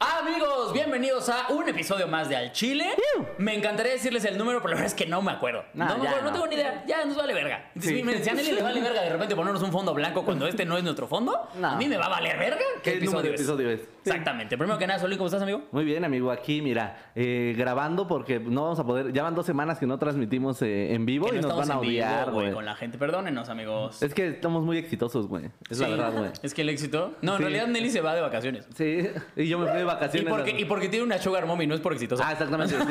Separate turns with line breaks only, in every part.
amigos? Bienvenidos a un episodio más de Al Chile. Me encantaría decirles el número, pero la verdad es que no me acuerdo.
No,
No, me
ya
acuerdo, no
no.
tengo ni idea. Ya nos vale verga.
Sí.
Si, me- si a Nelly le vale verga de repente ponernos un fondo blanco cuando este no es nuestro fondo,
No.
a mí me va a valer verga.
¿Qué número de episodio es?
Exactamente. Primero que nada, Solín, ¿cómo estás, amigo?
Muy bien, amigo, aquí mira, eh, grabando porque no vamos a poder, ya van dos semanas que no transmitimos eh, en vivo
Que
y nos van a
en vivo,
odiar,
güey,
güey.
con la gente. Perdónenos, amigos.
Es que estamos muy exitosos, güey. Es la
Sí,
verdad, güey.
Es que el éxito. No, en
Sí.
realidad Nelly se va de vacaciones.
Sí, y yo me fui de
Y
vacaciones.
porque, y porque tiene una sugar mommy, no es por exitoso.
Ah, exactamente. Sí.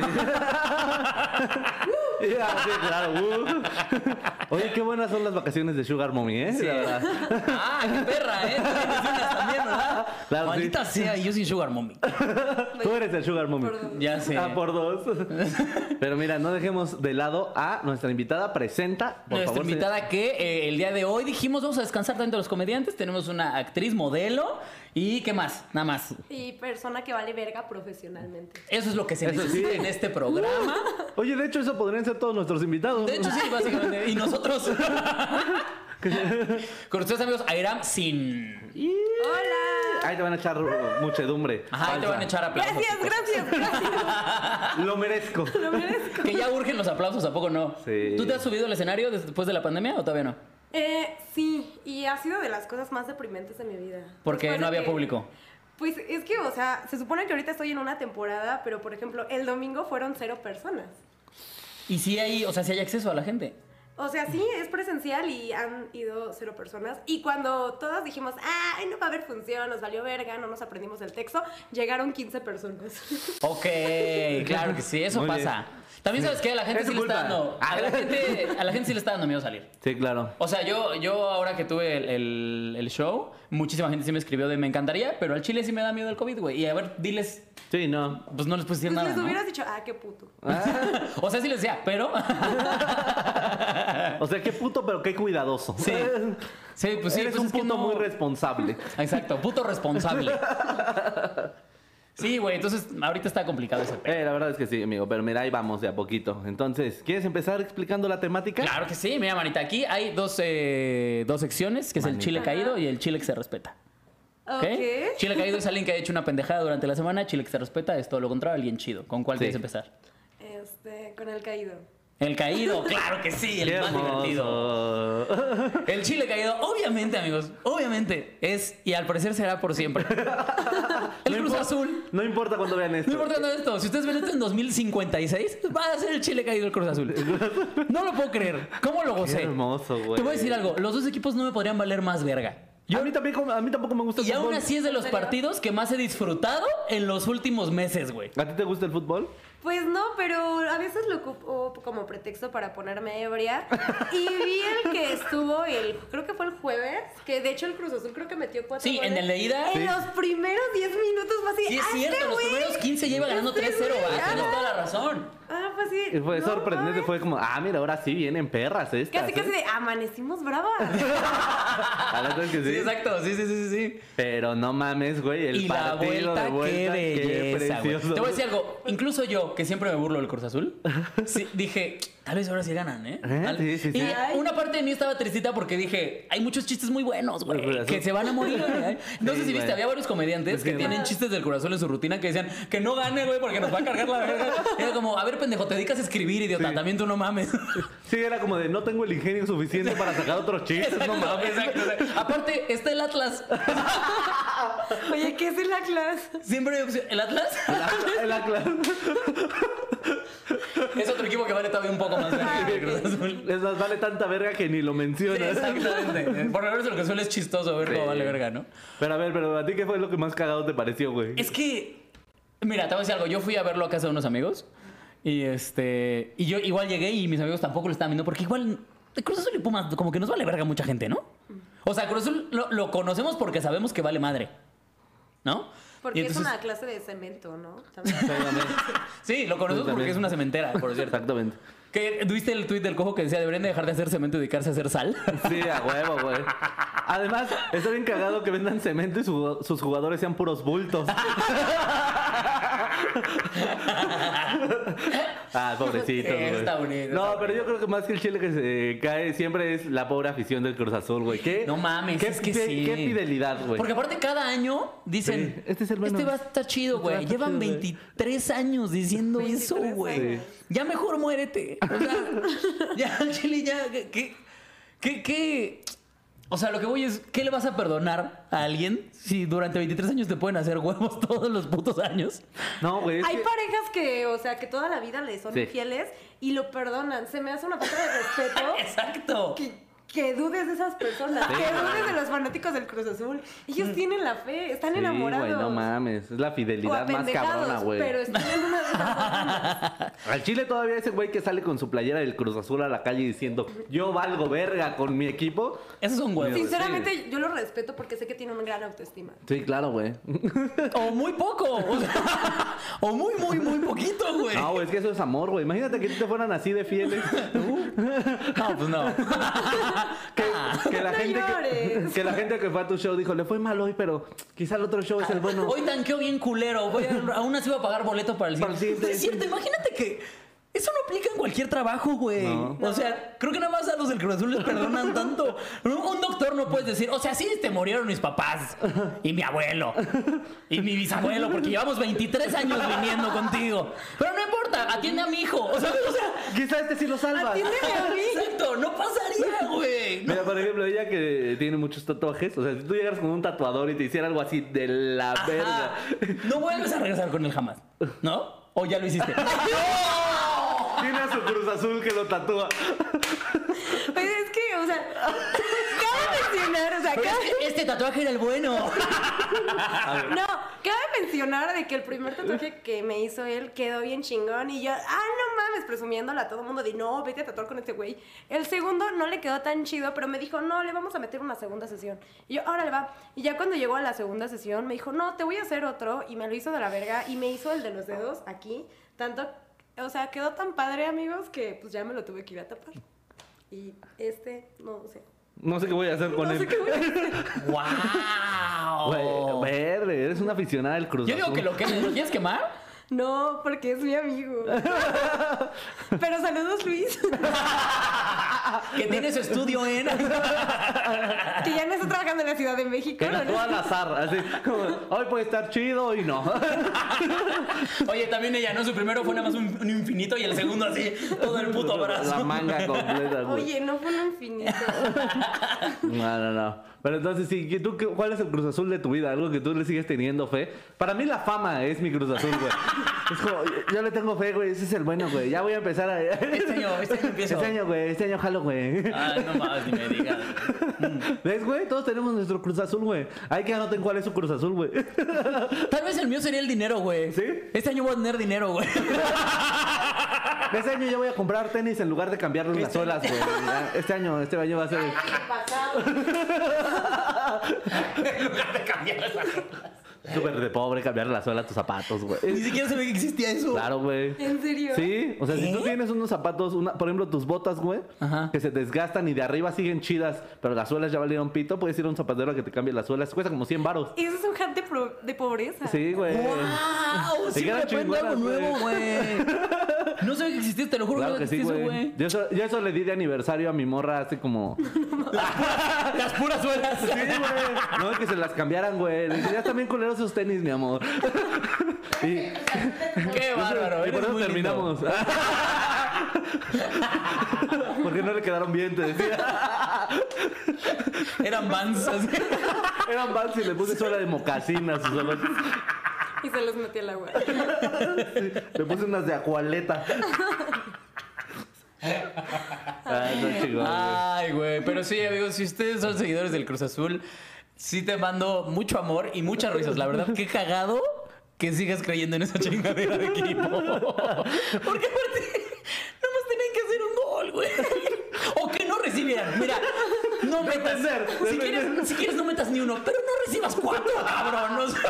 Ya, sí, claro. uh. Oye, qué buenas son las vacaciones de Sugar Mommy, ¿eh? La verdad.
Ah, qué perra, ¿eh? Tienes unas también, ¿verdad?
Claro, sí.
Maldita sea, yo soy Sugar Mommy.
Tú eres el Sugar Mommy.
Por dos.
Ya sé.
Ah, por dos. Pero mira, no dejemos de lado a nuestra invitada. Presenta, por
Nuestra
favor. se-
invitada que eh, el día de hoy dijimos vamos a descansar tanto los comediantes. Tenemos una actriz, modelo y ¿qué más? Nada más.
Y persona que vale verga profesionalmente.
Eso es lo que se
Eso
necesita
sí. Uh.
en este programa.
Oye, de hecho, eso podrían ser todos nuestros invitados.
De hecho, sí, básicamente. Y nosotros. Con ustedes, amigos, Airam sin.
¡Hola!
Ahí te van a echar uh, muchedumbre.
Ajá, ahí te
Falsa.
van a echar aplausos.
Gracias, gracias, gracias.
Lo merezco.
Lo merezco.
Que ya urgen los aplausos, ¿a poco no?
Sí.
¿Tú te has subido al escenario después de la pandemia o todavía no?
Eh, sí, y ha sido de las cosas más deprimentes de mi vida.
Porque
Después
no
de
había
que-
público.
Pues es que, o sea, se supone que ahorita estoy en una temporada, pero por ejemplo, el domingo fueron cero personas.
Y sí hay, o sea, sí hay acceso a la gente.
O sea, sí, es presencial y han ido cero personas. Y cuando todas dijimos, ay, no va a haber función, nos valió verga, no nos aprendimos el texto, llegaron 15 personas.
Ok, claro que sí, eso
Muy bien.
pasa. También sabes que a la gente
Es
sí
su
le está
culpa.
dando. A la gente, a la gente sí le está dando miedo salir.
Sí, claro.
O sea, yo, yo ahora que tuve el, el- el show, muchísima gente sí me escribió de me encantaría, pero al chile sí me da miedo el COVID, güey. Y a ver, diles,
Sí, no.
pues no les puedes decir
Pues
nada.
les
¿no?
hubieras dicho, ah, qué puto.
O sea, sí les decía, pero.
O sea, qué puto, pero qué cuidadoso.
Sí. Sí, pues sí,
Eres
pues
un
es que
puto
no-
muy responsable.
Exacto, puto responsable. Sí, güey, entonces ahorita está complicado ese pedo.
Eh, la verdad es que sí, amigo. Pero mira, ahí vamos de a poquito. Entonces, ¿quieres empezar explicando la temática?
Claro que sí, mira, manita, aquí hay dos, eh, dos secciones, que es el
Manita.
chile caído y el chile que se respeta. ¿ok?
Ok.
Chile caído es alguien que ha hecho una pendejada durante la semana, chile que se respeta es todo lo contrario, alguien chido. ¿Con cuál
Sí.
quieres empezar?
Este, con el caído.
El caído, claro que sí, el
Qué
más divertido.
hermoso.
El chile caído, obviamente, amigos, obviamente, es y al parecer será por siempre. El Cruz Azul.
No importa cuando vean esto.
No importa nada esto, si ustedes ven esto en 2056, va a ser el Chile caído el Cruz Azul. No lo puedo creer. ¿Cómo lo gocé?
hermoso, güey.
Te voy a decir algo, los dos equipos no me podrían valer más verga.
Yo- a, mí también, a mí tampoco me gusta el
Y aún
fútbol.
así es de los
¿En serio?
partidos que más he disfrutado en los últimos meses, güey.
¿A ti te gusta el fútbol?
Pues no, pero a veces lo ocupo como pretexto para ponerme ebria. Y vi el que estuvo el, creo que fue el jueves, que de hecho el Cruz Azul creo que metió cuatro
Sí, en
goles.
el de ida.
En
Sí.
los primeros 10 minutos fue así.
Sí, es
"Ah,
cierto,
este
los
güey,
primeros 15 ya iba ganando 3-0,
este güey,
va, tienes
ah".
toda la razón.
Ah, pues sí.
Y fue
no
sorprendente,
mames.
fue como, ah, mira, ahora sí vienen perras estas.
Casi,
¿eh?
casi de amanecimos bravas.
La neta es que sí.
Sí, exacto, sí, sí, sí, sí, sí.
Pero no mames, güey, el
y la
partido
vuelta,
de vuelta,
qué belleza, güey.
precioso.
Te voy a decir algo, incluso yo, que siempre me burlo del Cruz Azul, sí, dije, tal vez ahora sí ganan, ¿eh?
Eh,
Tal-
sí, sí, sí.
Y
Ay.
una parte de mí estaba tristita porque dije, hay muchos chistes muy buenos,
Del Cruz
güey,
Azul.
que se van a morir, güey. ¿eh?". No
Sí,
sé si
güey.
viste, había varios comediantes
Sí,
que
güey.
tienen chistes del Cruz Azul en su rutina que decían, que no gane, güey, porque nos va a cargar la verga. Era como, a ver, pendejo, te dedicas a escribir, idiota,
Sí.
también tú no mames.
Sí, era como de no tengo el ingenio suficiente para sacar otros chistes, no mames.
Exacto, exacto. Aparte, está el Atlas.
Oye, ¿qué es la clase?
Siempre hay opción. ¿El Atlas?
El Atlas-
Es otro equipo que vale todavía un poco más verga que el Cruz Azul.
Les más vale tanta verga que ni lo
Sí,
mencionas.
exactamente. Por lo menos el Cruz Azul es chistoso ver cómo
Sí.
vale verga, ¿no?
pero a ver, pero a ti qué fue lo que más cagado te pareció, güey.
Es que. Mira, te voy a decir algo. Yo fui a verlo a casa de unos amigos. Y este. Y yo igual llegué y mis amigos tampoco lo estaban viendo. Porque igual. De Cruz Azul y Pumas, como que nos vale verga mucha gente, ¿no? O sea, Cruz Azul lo, lo conocemos porque sabemos que vale madre. ¿No?
Porque
Y entonces-
es una clase de cemento, ¿no? También.
Exactamente.
Sí, lo conocemos porque
También.
es una cementera, Ah, por cierto.
Exactamente.
¿Qué, ¿Tuviste el tuit del cojo que decía deberían de dejar de hacer cemento y dedicarse a hacer sal?
Sí, a huevo, güey. Además, está bien cagado que vendan cemento y su- sus jugadores sean puros bultos. Ah, pobrecito.
Sí, está
güey.
bonito,
No,
está
pero yo creo que más que el chile que se eh, cae siempre es la pobre afición del Cruz Azul, güey. ¿Qué-
No mames,
qué,
es que
qué-
sí.
qué fidelidad, güey.
Porque aparte cada año dicen,
Sí, este es el bueno.
va a estar chido,
Este va a
güey.
estar
Llevan
chido, güey.
23 años diciendo eso,
23
güey.
años.
Ya mejor muérete. O sea, ya, al Chile, ya, ¿qué, qué, qué? O sea, lo que voy es, ¿qué le vas a perdonar a alguien si durante 23 años te pueden hacer huevos todos los putos años?
No, güey. es
Hay
que-
parejas que, o sea, que toda la vida le son
Sí.
infieles y lo perdonan. Se me hace una falta de respeto
Exacto.
que, que dudes de esas personas,
Sí. Mm.
que dudes de los fanáticos del Cruz Azul. Ellos tienen la fe, están
Sí,
enamorados.
güey, no mames. Es la
O
fidelidad más
apendejados,
cabrona, güey.
pero están en una de esas personas.
Al Chile todavía ese güey que sale con su playera del Cruz Azul a la calle diciendo, yo valgo verga con mi equipo.
Eso es un huevo.
Sí.
Sinceramente, yo lo respeto porque sé que tiene una gran autoestima.
Sí, claro, güey.
O muy poco. O, sea, o muy, muy, muy poquito, güey.
No, güey, es que eso es amor, güey. Imagínate que a ti te fueran así de fieles.
Uh,
No, pues no.
Que, que la
ah. No
gente que,
llores.
que la gente que fue a tu show dijo, le fue mal hoy, pero quizá el otro show es el bueno.
Hoy tanqueó bien culero. voy a- aún así voy a pagar boleto para el
Para
siguiente.
el siguiente,
es cierto,
sí.
imagínate que. Eso no aplica en cualquier trabajo, güey.
No.
O sea, creo que nada más a los del Cruz Azul les perdonan tanto. No, Un doctor no puedes decir, o sea, sí te murieron mis papás y mi abuelo y mi bisabuelo, porque llevamos 23 años viniendo contigo. Pero no importa, atiende a mi hijo. O sea, o sea,
Quizá este sí lo salva.
Atiéndeme a mí.
exacto, no pasaría, güey. No.
Mira, por ejemplo, ella que tiene muchos tatuajes, o sea, si tú llegaras con un tatuador y te hiciera algo así de la
Ajá.
verga.
No vuelves a regresar con él jamás, ¿no? O ya lo hiciste.
Tiene a su Cruz Azul que lo tatúa.
Pues es que, o sea, cabe mencionar, o sea,
Pero
cabe-
este, este tatuaje era el bueno.
No, cabe mencionar de que el primer tatuaje que me hizo él quedó bien chingón y yo, ah, no mames, presumiéndole a todo el mundo de no, vete a tatuar con este güey. El segundo no le quedó tan chido, pero me dijo, no, le vamos a meter una segunda sesión. Y yo, ahora le va. Y ya cuando llegó a la segunda sesión, me dijo, no, te voy a hacer otro. Y me lo hizo de la verga y me hizo el de los dedos aquí, tanto, o sea, quedó tan padre, amigos, que pues ya me lo tuve que ir a tapar. Y este, no sé.
No sé qué voy a hacer con
No
él.
sé qué voy a hacer. Oh.
Güey,
¡Wow!
verde, eres una aficionada del Cruz
Yo digo
Azul.
que lo que ¿lo quieres quemar.
No, porque es mi amigo. Pero saludos, Luis.
Que tiene su estudio en.
que ya no está trabajando en la Ciudad de México.
Que
¿no?
la juega al azar, así como, hoy puede estar chido y no.
Oye, también ella, ¿no? Su primero fue nada más un, un infinito y el segundo así, todo el puto
La
brazo.
manga completa, güey.
Oye, no fue un infinito.
No, no, no. Pero entonces, sí, ¿y ¿tú, qué- ¿cuál es el Cruz Azul de tu vida? Algo que tú le sigues teniendo fe. Para mí la fama es mi Cruz Azul, güey. Es como, yo le tengo fe, güey. Ese es el bueno, güey. Ya voy a empezar a...
Este año, este año empiezo. Mm.
Este año, güey. Este año jalo, güey.
Ay, no mames, ni me digas.
¿Ves, güey? Todos tenemos nuestro Cruz Azul, güey. Hay que anoten cuál es su Cruz Azul, güey.
Tal vez el mío sería el dinero, güey.
¿Sí?
Este año voy a tener dinero, güey.
Este año yo voy a comprar tenis en lugar de cambiarlos las olas, güey. Ya, Este año, este año va a ser...
En lugar de cambiar la
Súper de pobre cambiar la suela a tus zapatos, güey.
Ni siquiera sabía que existía eso.
Claro, güey.
¿En serio?
Sí, o sea, si tú
¿Eh?
tienes unos zapatos, una, por ejemplo, tus botas, güey,
Ajá.
que se desgastan y de arriba siguen chidas, pero las suelas ya valieron pito, puedes ir a un zapatero a que te cambie las suelas. Cuesta como 100 varos.
Eso es un hat de, pro- de pobreza.
Sí, güey.
¡Wow!
Te
Siempre
quedan
aprendo algo
chingonas,
nuevo, güey. No sabía que existía, te lo juro
Claro
que
que
no
sí,
existía eso,
güey.
güey.
Yo eso, yo eso le di de aniversario a mi morra hace como. Sí,
Las puras suelas.
güey. No, que se las cambiaran, güey. Le dije, ya también culeros sus tenis, mi amor. Y,
Qué bárbaro.
y por
eres
eso
muy lindo.
terminamos. Porque no le quedaron bien, te decía.
Eran mansas.
Eran vals y le puse suela de mocasina a sus zapatos.
Y se los metí al agua.
Le puse unas de acualeta. ah, está chingón, güey.
Ay, güey. Pero sí, amigos, si ustedes son seguidores del Cruz Azul, sí te mando mucho amor y muchas risas. La verdad, qué cagado que sigas creyendo en esa chingadera de equipo. Porque aparte, nomás tenían que hacer un gol, güey. O que no recibieran. Mira, no metas.
Defender,
Si quieres, si quieres, no metas ni uno, pero no recibas cuatro, cabrón. O sea,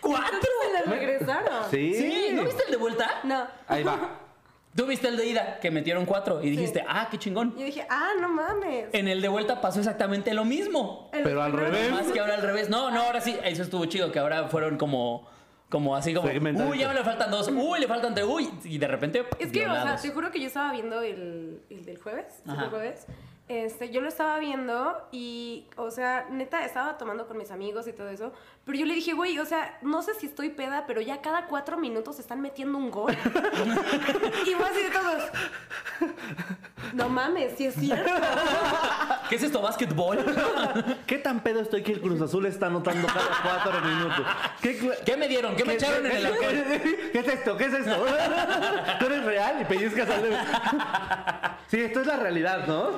cuatro.
Se las regresaron.
¿Sí?
Sí, ¿no viste el de vuelta?
No.
Ahí va.
Tú viste el de ida, que metieron cuatro y dijiste, ah, qué chingón.
Yo dije, ah, no mames.
En el de vuelta pasó exactamente lo mismo.
En los
Pero al
primeros-
revés.
Más que ahora al revés. No, no, ahora sí, eso estuvo chido, que ahora fueron como Como así como,
Segmentadito.
uy, ya me le faltan dos, uy, le faltan tres, uy, y de repente
Es que, o sea,
violados.
te juro que yo estaba viendo el, el del jueves, el
Ajá.
jueves. Este, yo lo estaba viendo y, o sea, neta, estaba tomando con mis amigos y todo eso. Pero yo le dije, güey, o sea, no sé si estoy peda, pero ya cada cuatro minutos están metiendo un gol. y voy así de todos. No mames, si es cierto.
¿Qué es esto, básquetbol?
¿Qué tan pedo estoy que el Cruz Azul está anotando cada cuatro minutos? ¿Qué, cl-
¿Qué me dieron? ¿Qué me echaron en el alcohol?
¿Qué es esto? ¿Qué es esto? Tú eres real y pellizcas al de- Sí, esto es la realidad, ¿no?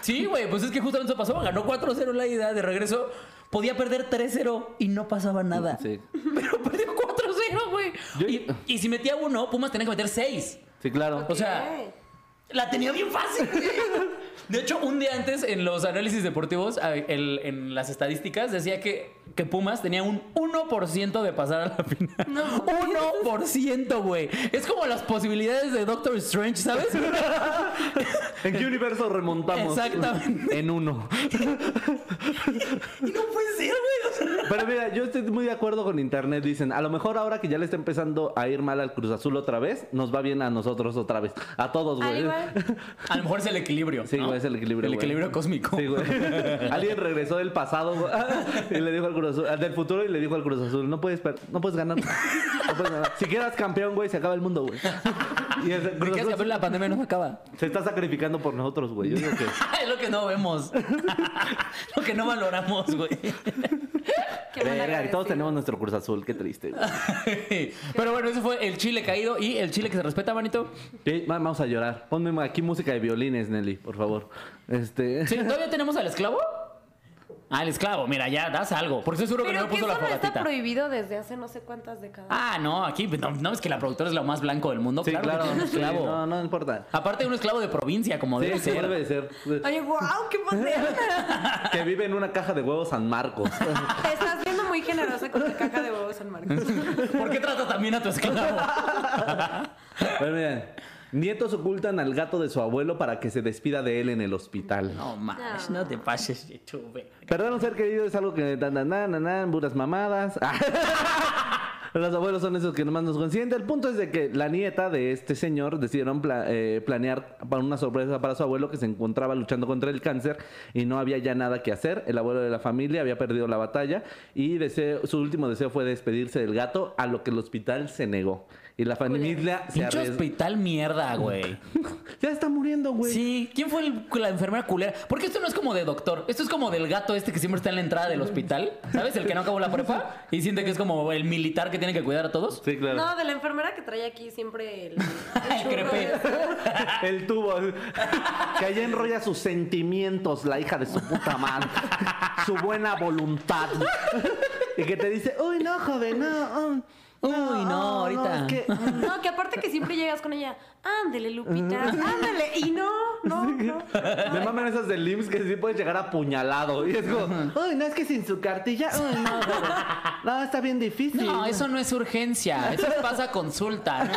Sí, güey, pues es que justamente eso pasó. Ganó 4-0 la ida de regreso. Podía perder 3-0 y no pasaba nada.
Sí.
Pero perdió 4-0, güey.
Yo-
Y, y si metía uno, Pumas tenía que meter 6.
Sí, claro.
O sea, la tenía bien fácil. güey. De hecho, un día antes en los análisis deportivos, a- el- en las estadísticas, decía que, que Pumas tenía un 1% de pasar a la final.
No.
1%, güey. Es como las posibilidades de Doctor Strange, ¿sabes?
¿En qué universo remontamos?
Exactamente.
En uno.
Y no puede ser, güey. O sea,
Pero mira, yo estoy muy de acuerdo con internet. Dicen, a lo mejor ahora que ya le está empezando a ir mal al Cruz Azul otra vez, nos va bien a nosotros otra vez. A todos,
Al
güey.
Ah, igual.
A lo mejor es el equilibrio.
Sí,
¿no?
güey, es el equilibrio.
El
güey.
equilibrio cósmico.
Sí, güey. Alguien regresó del pasado güey, y le dijo al Cruz Azul, del futuro y le dijo al Cruz Azul, no puedes, per- no puedes ganar. No puedes ganar. Si quedas campeón, güey, se acaba el mundo, güey. Y el
¿Qué es
Cruz
que
Azul
a ver, la pandemia no se acaba? Ah,
se está sacrificando por nosotros, güey. Yo digo que
es lo que no vemos. lo que no valoramos, güey.
Qué
Verga, y
mal
todos
agradecido.
tenemos nuestro Cruz Azul, qué triste. güey.
Pero bueno, ese fue el chile caído y el chile que se respeta, manito.
Sí, va- Vamos a llorar. Ponme aquí música de violines, Nelly, por favor. Este.
Sí, ¿Todavía tenemos al esclavo? Al esclavo, mira, ya das algo. Por eso seguro que no
Pero
me
que
puso
eso
la
no está
fogatita.
prohibido desde hace no sé cuántas décadas.
Ah, no, aquí no, no, es que la productora es lo más blanco del mundo.
Sí,
claro, que tiene un
sí,
esclavo.
no, no importa.
Aparte, un esclavo de provincia, como
Sí,
debe
sí,
ser.
debe de ser.
Oye, wow, qué poder.
Que vive en una caja de huevos San Marcos.
Te estás viendo muy generosa con tu caja de huevos San Marcos.
¿Por qué trata también a tu esclavo?
Pero miren, nietos ocultan al gato de su abuelo para que se despida de él en el hospital.
No mames, no,
No.
te pases de chuve.
Perdón, un ser querido es algo que dan, dan, dan, dan, dan, puras mamadas. Los abuelos son esos que nomás nos consienten. El punto es de que la nieta de este señor decidieron pla- eh, planear para una sorpresa para su abuelo que se encontraba luchando contra el cáncer y no había ya nada que hacer. El abuelo de la familia había perdido la batalla y deseo- su último deseo fue despedirse del gato, a lo que el hospital se negó. Y la familia se
Pinche
arriesgó.
hospital mierda, güey.
Ya está muriendo, güey.
Sí, ¿quién fue el- la enfermera culera? Porque esto no es como de doctor, esto es como del gato este que siempre está en la entrada del hospital, ¿sabes? El que no acabó la prepa y siente que es como el militar que tiene que cuidar a todos.
Sí, claro.
No, de la enfermera que trae aquí siempre el.
El crepe.
El tubo. Que allá enrolla sus sentimientos, la hija de su puta madre. Su buena voluntad. Y que te dice, uy, no, joven, no. oh,
Uy, no, ahorita".
es que, mm".
No, que aparte que siempre llegas con ella, ándele, Lupita, ándele. Y no, no, no.
Me maman esas del IMSS que sí puedes llegar apuñalado. Y es como, uy, no, es que sin su cartilla, uy, no, joven. No, está bien difícil.
No, eso no es urgencia, eso pasa a consulta. ¿no?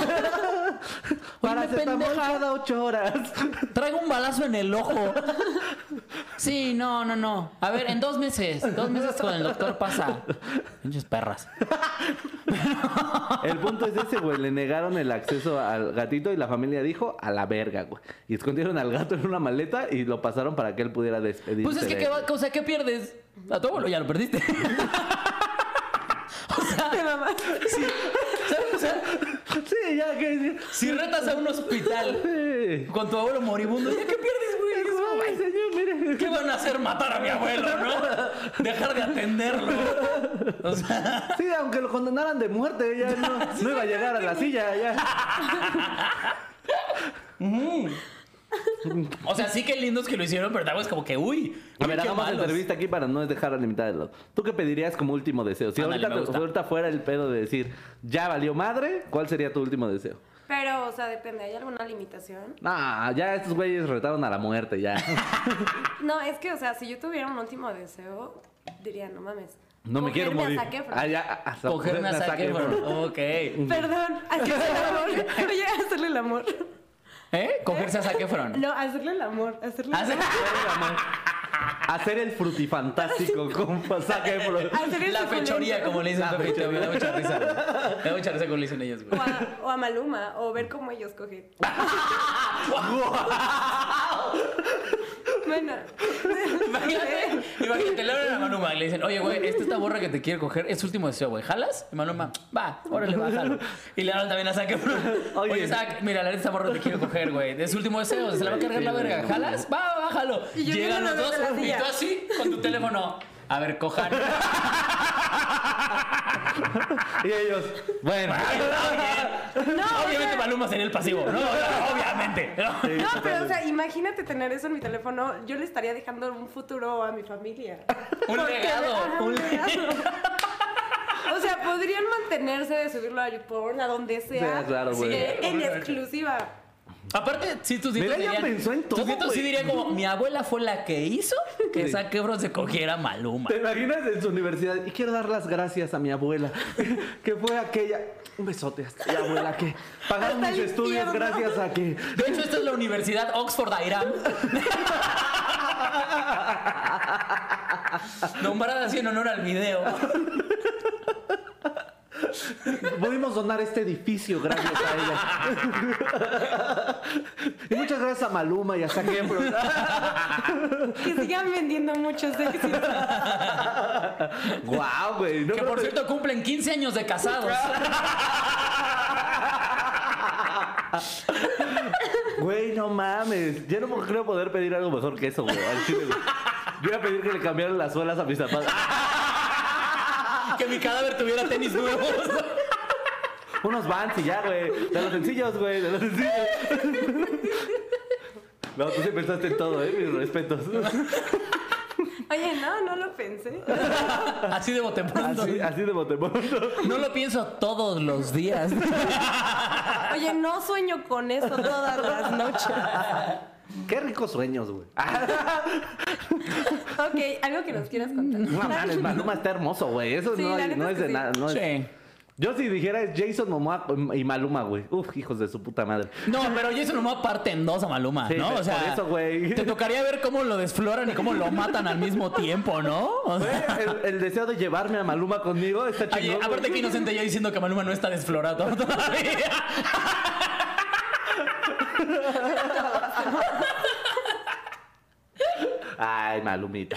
Para
Oye, pendeja,
cada ocho horas.
traigo un balazo en el ojo. Sí, no, no, no. A ver, en dos meses, dos meses con el doctor pasa. Pinches perras.
El punto es ese, güey. Le negaron el acceso al gatito y la familia dijo a la verga, güey. Y escondieron al gato en una maleta y lo pasaron para que él pudiera despedirse.
Pues es que,
de
¿qué,
él.
va- o sea, ¿qué pierdes? A tu abuelo ya lo perdiste. o sea, sí, ¿sabes? O sea,
Sí, ya que. sí.
si retas a un hospital
Sí.
con tu abuelo moribundo, ¿ya qué pierdes, güey? Es como,
Ay,
güey?
señor, mire.
¿Qué van a hacer? Matar a mi abuelo, ¿no? Dejar de atenderlo. O sea,
Sí, aunque lo condenaran de muerte, ya no, no iba a llegar a la silla. Ya.
o sea, sí que lindos que lo hicieron, pero tampoco es como que, uy.
A ver,
uy, qué
hagamos la
malos.
entrevista aquí para no dejar a la mitad del lado. ¿Tú qué pedirías como último deseo? Si
Ándale, me
ahorita,
gusta.
ahorita fuera el pedo de decir, ya valió madre, ¿cuál sería tu último deseo?
Pero, o sea, depende, ¿hay alguna limitación?
Ah, ya estos güeyes retaron a la muerte, ya.
No, es que, o sea, si yo tuviera un último deseo, diría, no mames.
No me quiero
cogerme
morir.
a Zac Efron.
Ah, ya, a- a-
Coger a
a
Zac
Zac Efron.
Efron. Ok. ¿Eh?
Perdón, hacerle el amor. Oye, hacerle el amor.
¿Eh? Cogerse a Zac Efron.
No, hacerle el amor. Hacerle el
Hace-
amor.
Hacer el frutifantástico, compa. Saca el frut-
Hacer el
La
suculento.
fechoría, como le dicen
La
Pepe y Teo, Me da
fechoría.
mucha risa. güey. Me da mucha risa como le dicen ellos,
O
güey.
a, o a Maluma, o ver cómo ellos cogen. bueno.
Imagínate, imagínate, le hablan a Manuma y le dicen, oye, güey, esta es la borra que te quiere coger, es su último deseo, güey. ¿Jalas? Y Manuma, va, órale, va, jalo. Y le hablan también a Zac Efron.
Oye.
Oye, Zac, mira, la neta, esta borra te quiere coger, güey. Es su último deseo, se la va a cargar la verga. ¿Jalas? Va, va, jalo.
Y yo
Llegan los
viendo
dos
desde la
y
silla.
tú así, con tu teléfono. A ver, cojan.
Y ellos, bueno.
No, o
Obviamente
sea-
Maluma sería el pasivo. No, no, obviamente. No.
No, pero o sea, imagínate tener eso en mi teléfono. Yo le estaría dejando un futuro a mi familia.
Un
Porque-
legado,
ajá,
un
O sea, podrían mantenerse de subirlo a YouPorn, a donde sea.
Sí, claro, güey.
En exclusiva.
Aparte, sí, tus nietos
Mira, ella
dirían-
pensó en todo,
Tus nietos sí
güey.
dirían como, mi abuela fue la que hizo que
Sí.
Zac Efron se cogiera a Maluma.
¿Te imaginas en su universidad? Y quiero dar las gracias a mi abuela, que fue aquella. Un besote hasta la abuela que pagaron
Hasta
mis
el
estudios
infierno.
gracias a que.
De hecho, esta es la Universidad Oxford Airam. Nombrada así en honor al video.
Pudimos donar este edificio gracias a ella. y muchas gracias a Maluma y a Zac Efron.
Que sigan vendiendo muchos de esos.
¡Guau, güey! No
Que
creo
por
que-
cierto cumplen 15 años de casados.
Güey, no mames. Ya no creo poder pedir algo mejor que eso, güey. Al chile, güey. Voy a pedir que le cambiaran las suelas a mis zapatos. Ah,
Que mi cadáver tuviera tenis nuevos.
Unos Vans y ya, güey. De los sencillos, güey. De los sencillos. No, tú sí pensaste en todo, ¿eh? Mis respetos.
Oye, no, no lo pensé.
Así de bote pronto.
Así, así de botemondo.
No lo pienso todos los días.
Oye, no sueño con eso todas las noches.
Qué ricos sueños, güey.
Ok, algo que nos quieras contar.
No mames, Maluma está hermoso, güey. Eso
Sí,
no,
la
hay-
neta
no
es
es
que
de
sí.
nada. no es-
Sí.
Yo si dijera es Jason Momoa y Maluma, güey. Uf, hijos de su puta madre.
No, pero Jason Momoa parte en dos a Maluma,
Sí,
¿no?
por
O sea,
eso, güey.
te tocaría ver cómo lo desfloran y cómo lo matan al mismo tiempo, ¿no? O
Güey,
sea,
El, el deseo de llevarme a Maluma conmigo está chingón.
oye,
güey.
aparte que inocente yo diciendo que Maluma no está desflorado todavía.
Ay, Malumita.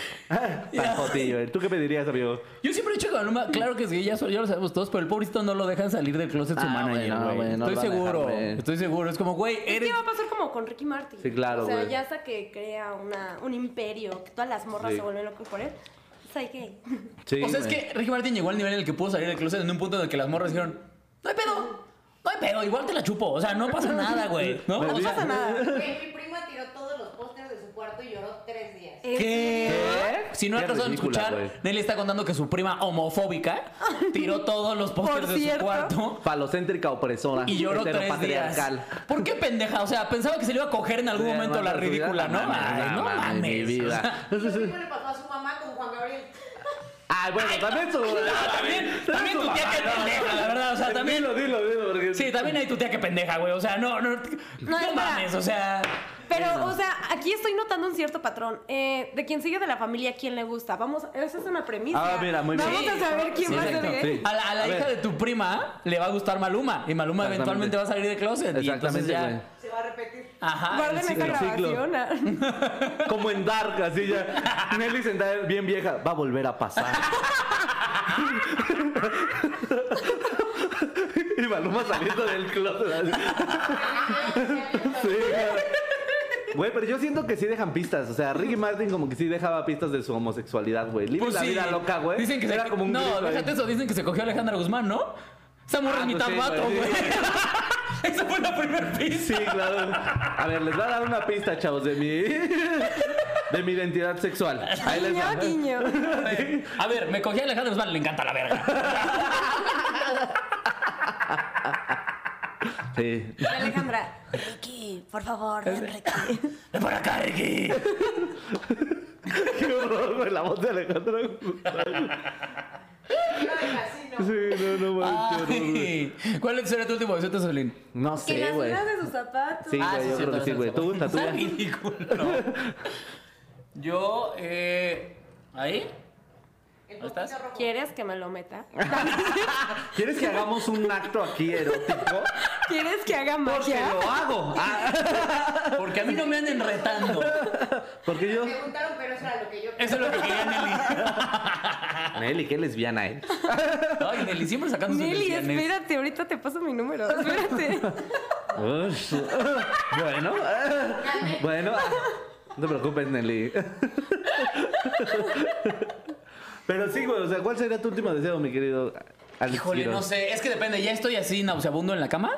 Pajotillo. ¿Tú qué pedirías, amigo?
Yo siempre he dicho que Maluma, claro que sí, ya, so- ya lo sabemos todos, pero el pobrecito no lo dejan salir del closet su
Ah,
manager,
bueno,
güey.
bueno,
estoy
lo van a
seguro,
dejar, güey.
estoy seguro. Es como, güey,
Es
eres...
que va a pasar como con Ricky Martin.
Sí, claro,
O sea,
güey.
ya hasta que crea una, un imperio, que todas las morras
Sí.
se vuelven locas por él. pues, ¿Sabes qué?
Sí,
o sea, es
güey.
que Ricky Martin llegó al nivel en el que pudo salir del closet en un punto en el que las morras dijeron, no hay pedo, no hay pedo, igual te la chupo. O sea, no pasa nada, güey. ¿No?
Me
O
No
vi-
sea,
pasa nada.
Güey, mi prima tiró todos los pósters de su cuarto y lloró tres días.
Es-
¿Qué? Si no
Qué
alcanzaron a
ridícula,
escuchar,
güey.
Nelly está contando que su prima homofóbica tiró todos los pósters
Por
de su
cierto.
cuarto
Falocéntrica opresora.
y lloró tres días.
heteropatriarcal.
¿Por qué pendeja? O sea, pensaba que se le iba a coger en algún
Sí,
momento la
hermano, su vida,
ridícula, ¿no?
mames,
Ay, no
mames,
mames.
mi vida.
O sea,
Lo mismo le pasó a su mamá con Juan Gabriel.
Ay, bueno, también su.
también, también
su
tu tía
mamá,
que
¿no?
pendeja, la verdad. O sea, también.
Dilo, dilo, dilo. Porque...
Sí, también hay tu tía que pendeja, güey. O sea, no, no. No
espera.
mames, o sea.
Pero, o sea, aquí estoy notando un cierto patrón. Eh, de quien sigue de la familia, ¿quién le gusta? Vamos, esa es una premisa.
Ah, mira, muy bien.
Vamos a saber quién
Sí,
va a ser
exacto,
gay.
sí.
A la, a la
A ver.
hija de tu prima le va a gustar Maluma y Maluma eventualmente
Exactamente.
va a salir de closet y entonces
Exactamente,
ya
güey.
Se va a repetir.
ajá
Guarden
el
esta
ciclo.
Ah, ciclo.
grabación. ah.
Como en Dark, así ya. Nelly sentada bien vieja. Va a volver a pasar. y Maluma saliendo del closet. así.
Ah,
Sí, güey. Güey, pero yo siento que sí dejan pistas. O sea, Ricky Martin como que sí dejaba pistas de su homosexualidad, güey. Libre
Pues
la
sí.
vida loca, güey.
Dicen que
era
se...
como un grito
No,
ahí.
déjate eso, dicen que se cogió a Alejandra Guzmán, ¿no? Esa morra
Ah,
es
pues
mitad
sí,
vato,
güey,
güey.
sí.
Esa fue la primera pista.
Sí, claro. A ver, les voy a dar una pista, chavos, de mi de mi identidad sexual. Ahí les va.
Guiño, guiño.
A ver, me cogí a Alejandra Guzmán, le encanta la verga.
Sí.
Alejandra, Ricky, por favor, ven, Ricky.
Ven para acá, Ricky.
Qué horror, güey, la voz de Alejandra.
Iba de casino.
Sí, no, no mames, qué horror, güey.
Ay. ¿Cuál sería tu último deseo, Tesolín?
No
Que
sé,
las
güey.
unas de sus zapatos.
Sí, güey, yo creo que sí, güey. Tú, la
Está
tuya.
ridículo. Yo, eh. ¿Ahí?
El
¿Ahí estás?
puntito rojo.
¿Quieres que me lo meta?
¿Quieres que hagamos un acto aquí erótico?
¿Quieres que haga
Porque
magia?
lo hago. Ah,
Porque a mí no me anden retando.
porque yo.
Me preguntaron, pero eso era lo que yo
Eso es lo que quería Nelly.
Nelly, qué lesbiana, ¿eh?
Ay, Nelly, siempre sacando sus
Nelly,
lesbianes.
espérate, ahorita te paso mi número. Espérate.
Ush. bueno, ah, bueno, ah, no te preocupes, Nelly. Pero sí, güey, o sea, ¿cuál sería tu último deseo, mi querido Alex
Híjole,
Quiroz?
no sé. Es que depende. Ya estoy así nauseabundo en la cama.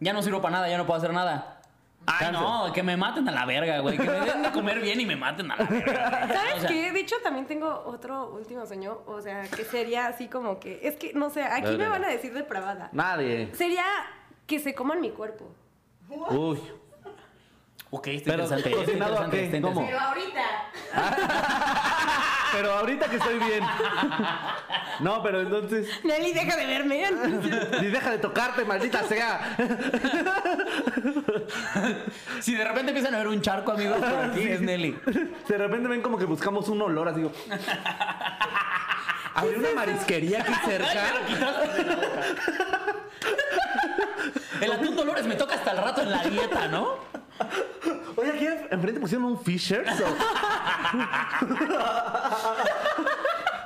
Ya no sirvo para nada, ya no puedo hacer nada. Ay,
Cáncer.
no, que me maten a la verga, güey. Que me den de comer bien y me maten a la verga. güey. O
¿Sabes
sea,
qué? De hecho, también tengo otro último sueño. O sea, que sería así como que. Es que, no sé, aquí me
Verga.
van a decir depravada.
Nadie.
Sería que se coman mi cuerpo.
Uy.
Ok, está
Pero,
interesante. está
¿cocinado a
interesante,
qué?
está
¿Cómo?
interesante.
Pero ahorita.
Pero ahorita que estoy bien. No, pero entonces.
Nelly, deja de verme.
Ni deja de tocarte, maldita sea.
Si de repente empiezan a ver un charco, amigos, por aquí es Nelly.
De repente ven como que buscamos un olor, así digo. Había una marisquería aquí cerca.
El atún Dolores me toca hasta el rato en la dieta, ¿no?
Oye, aquí enfrente pusieron un Fishers. o-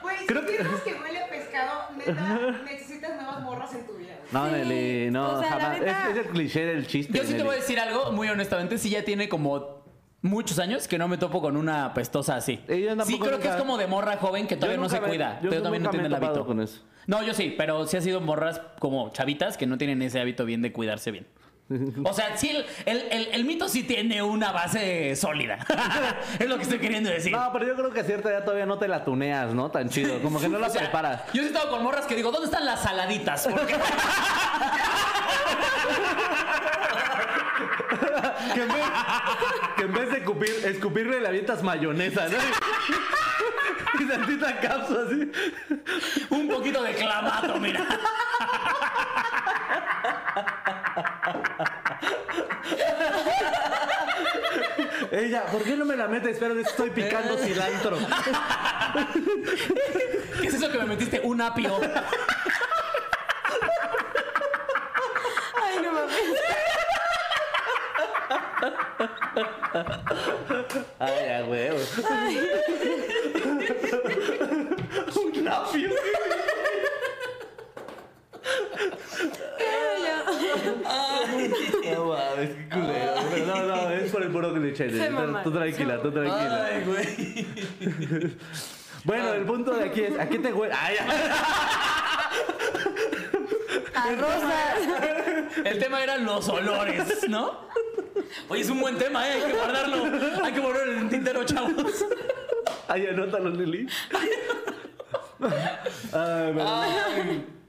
Güey, si
Creo que-
piensas que huele a pescado, neta, necesitas nuevas morras en tu vida. güey.
No,
Sí,
Nelly, no,
o sea, la
jamás. Es-
neta-
Es, el cliché del chiste.
Yo sí te
Nelly.
voy a decir algo, muy honestamente, sí ya tiene como muchos años que no me topo con una pestosa así.
Y yo
Sí
tampoco
creo que
nunca-
es como de morra joven que todavía no
nunca
se
me-
cuida.
yo
Yo también no
nunca me
tiene
he
el
topado
hábito.
con eso.
No, yo sí, pero sí ha sido morras como chavitas que no tienen ese hábito bien de cuidarse bien. O sea, sí, el, el- el- el mito sí tiene una base sólida. es lo que estoy queriendo decir.
No, pero yo creo que a cierta edad todavía no te la tuneas, ¿no? Tan chido. Como que no la
O sea,
preparas.
Yo sí he estado con morras que digo, ¿dónde están las saladitas? Porque
Que en vez, que en vez de escupir, escupirle le avientas mayonesa, ¿no? Y tantita cápsula así.
un poquito de clamato, mira.
Ella, ¿por qué no me la metes? Pero estoy picando cilantro.
¿Qué es eso que me metiste? Un apio.
Ay, no mames.
Ay, a huevo. Un lapio.
Ay, ya.
No mames, qué culero. Pero No, no, es por el puro cliché.
Se
Nelly. Tú,
mamaron,
tú tranquila,
se
tú tranquila.
güey.
Bueno, el punto de aquí es, ¿a qué te huele? Ay, ay.
A Rosa.
El tema eran los olores, ¿no? Oye, es un buen tema, ¿eh? Hay que guardarlo. Hay que guardarlo en el tintero, chavos.
Ay, anótalo, Lili. Ay, bueno.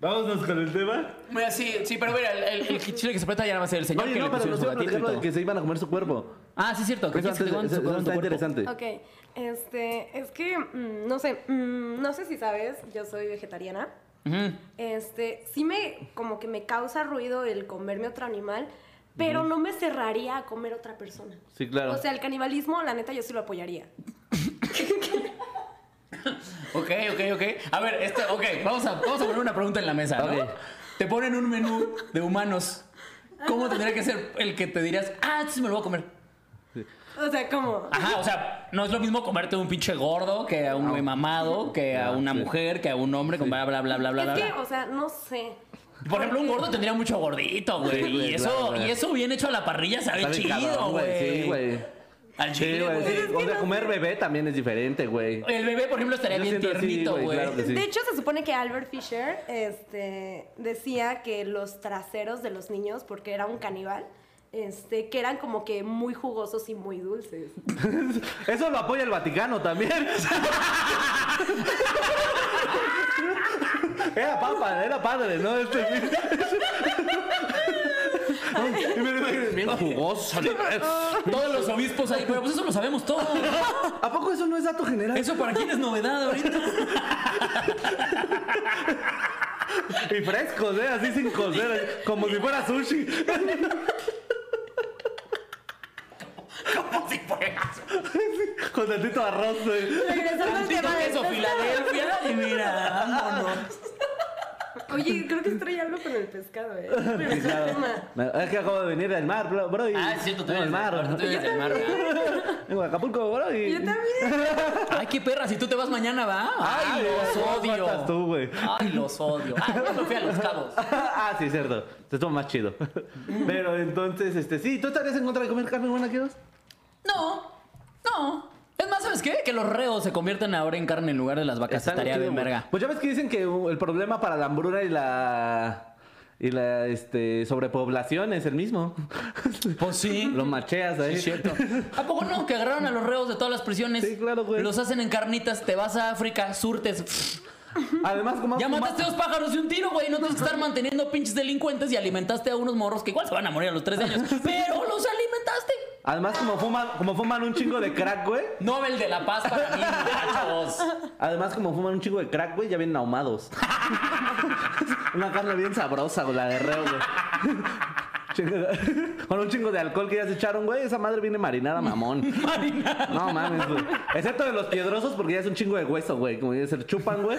Vámonos con el tema.
Mira, sí, sí, pero mira, el, el- el chile que se presta ya nada más es el señor
Oye,
que
no,
le
pero
pusieron
nos
su
iba a
gatito y
platicar lo de
todo.
que se iban a comer su cuerpo.
Ah, sí, es cierto. ¿Qué
Eso
quieres que
antes,
te cuente
eso,
su-
eso
cuente
está
su cuerpo?
interesante.
Ok, este, es que, mm, no sé, mm, no sé si sabes, yo soy vegetariana.
Ujú.
Este, sí me, como que me causa ruido el comerme otro animal, pero no me cerraría a comer otra persona.
Sí, claro.
O sea, el canibalismo, la neta, yo sí lo apoyaría.
Ok, ok, ok. A ver, este, ok, vamos a, vamos a poner una pregunta en la mesa, ¿no?
Ok.
Te ponen un menú de humanos. ¿Cómo tendría que ser el que te dirías, ah, este sí me lo voy a comer?
O sea, como...
Ajá, o sea, no es lo mismo comerte un pinche gordo que a un güey mamado, que a
Ah,
una
sí.
mujer, que a un hombre, con bla, bla, bla, bla, bla, bla.
Es que,
bla.
o sea, no sé.
Por ejemplo, un gordo tendría mucho gordito, güey.
Sí, güey,
y, eso,
claro, güey.
y eso bien hecho a la parrilla sabe,
Sabe
chido,
cabrón,
güey.
Sí, güey.
Al
Sí,
chile,
güey.
güey.
sí. O sea, comer bebé también es diferente, güey.
El bebé, por ejemplo, estaría
Yo
bien
siento así,
tiernito,
güey,
güey.
claro que sí.
De hecho, se supone que Albert Fisher este, decía que los traseros de los niños, porque era un caníbal, este, que eran como que muy jugosos y muy dulces.
Eso lo apoya el Vaticano también. Era papa, era padre, ¿no? Este Y me lo imagino, bien jugoso.
Todos los obispos ahí, pero pues eso lo sabemos todos.
¿A poco eso no es dato general?
Eso para quién es novedad ahorita.
Y frescos, ¿eh? Así sin coser, así, como si fuera sushi.
Como si fuera-
Con tantito arroz, güey.
Regresando al
Tantito
tema de
queso Filadelfia y mira, vámonos.
Oye, creo que estoy algo con el pescado, ¿eh?
Sí,
Regresando al
claro.
tema.
Es que acabo de venir del mar, bro. bro y-
Ah, es cierto, tú
del
eres
mar.
Tú eres del mar, ¿verdad?
Vengo de Acapulco, bro. Y...
Yo también.
Ay, qué perra, si tú te vas mañana, va. Ay,
Ay,
los
¿cómo faltas tú,
odio.
güey?
Ay, los odio. Ay, yo me fui a los cabos.
ah, sí, cierto. Te estuvo más chido. Pero entonces, este, sí, ¿tú estarías en contra de comer carne buena, Kiros?
No, no. Es más, ¿sabes qué? Que los reos se convierten ahora en carne en lugar de las vacas.
Está
Estaría
chido,
bien
güey.
verga.
Pues ya ves que dicen que uh, el problema para la hambruna y la y la este sobrepoblación es el mismo.
Pues sí.
Lo macheas ahí.
Sí, es cierto. ¿A poco no? Que agarraron a los reos de todas las prisiones.
Sí, claro, güey.
Los hacen en carnitas, te vas a África, surtes.
Además, como
Ya
como-
mataste dos pájaros de un tiro, güey. No tienes que estar manteniendo pinches delincuentes y alimentaste a unos morros que igual se van a morir a los tres años. Pero los alimentaste.
Además, como fuman, como fuman un chingo de crack, güey.
Nobel de la Paz para mí, muchachos.
Además, como fuman un chingo de crack, güey, ya vienen ahumados. Una carne bien sabrosa, güey, la de reo, güey. Chingo- Con un chingo de alcohol que ya se echaron, güey, esa madre viene marinada, mamón.
Marina.
No mames, güey. Excepto de los piedrosos, porque ya es un chingo de hueso, güey. Como ya se lo chupan, güey.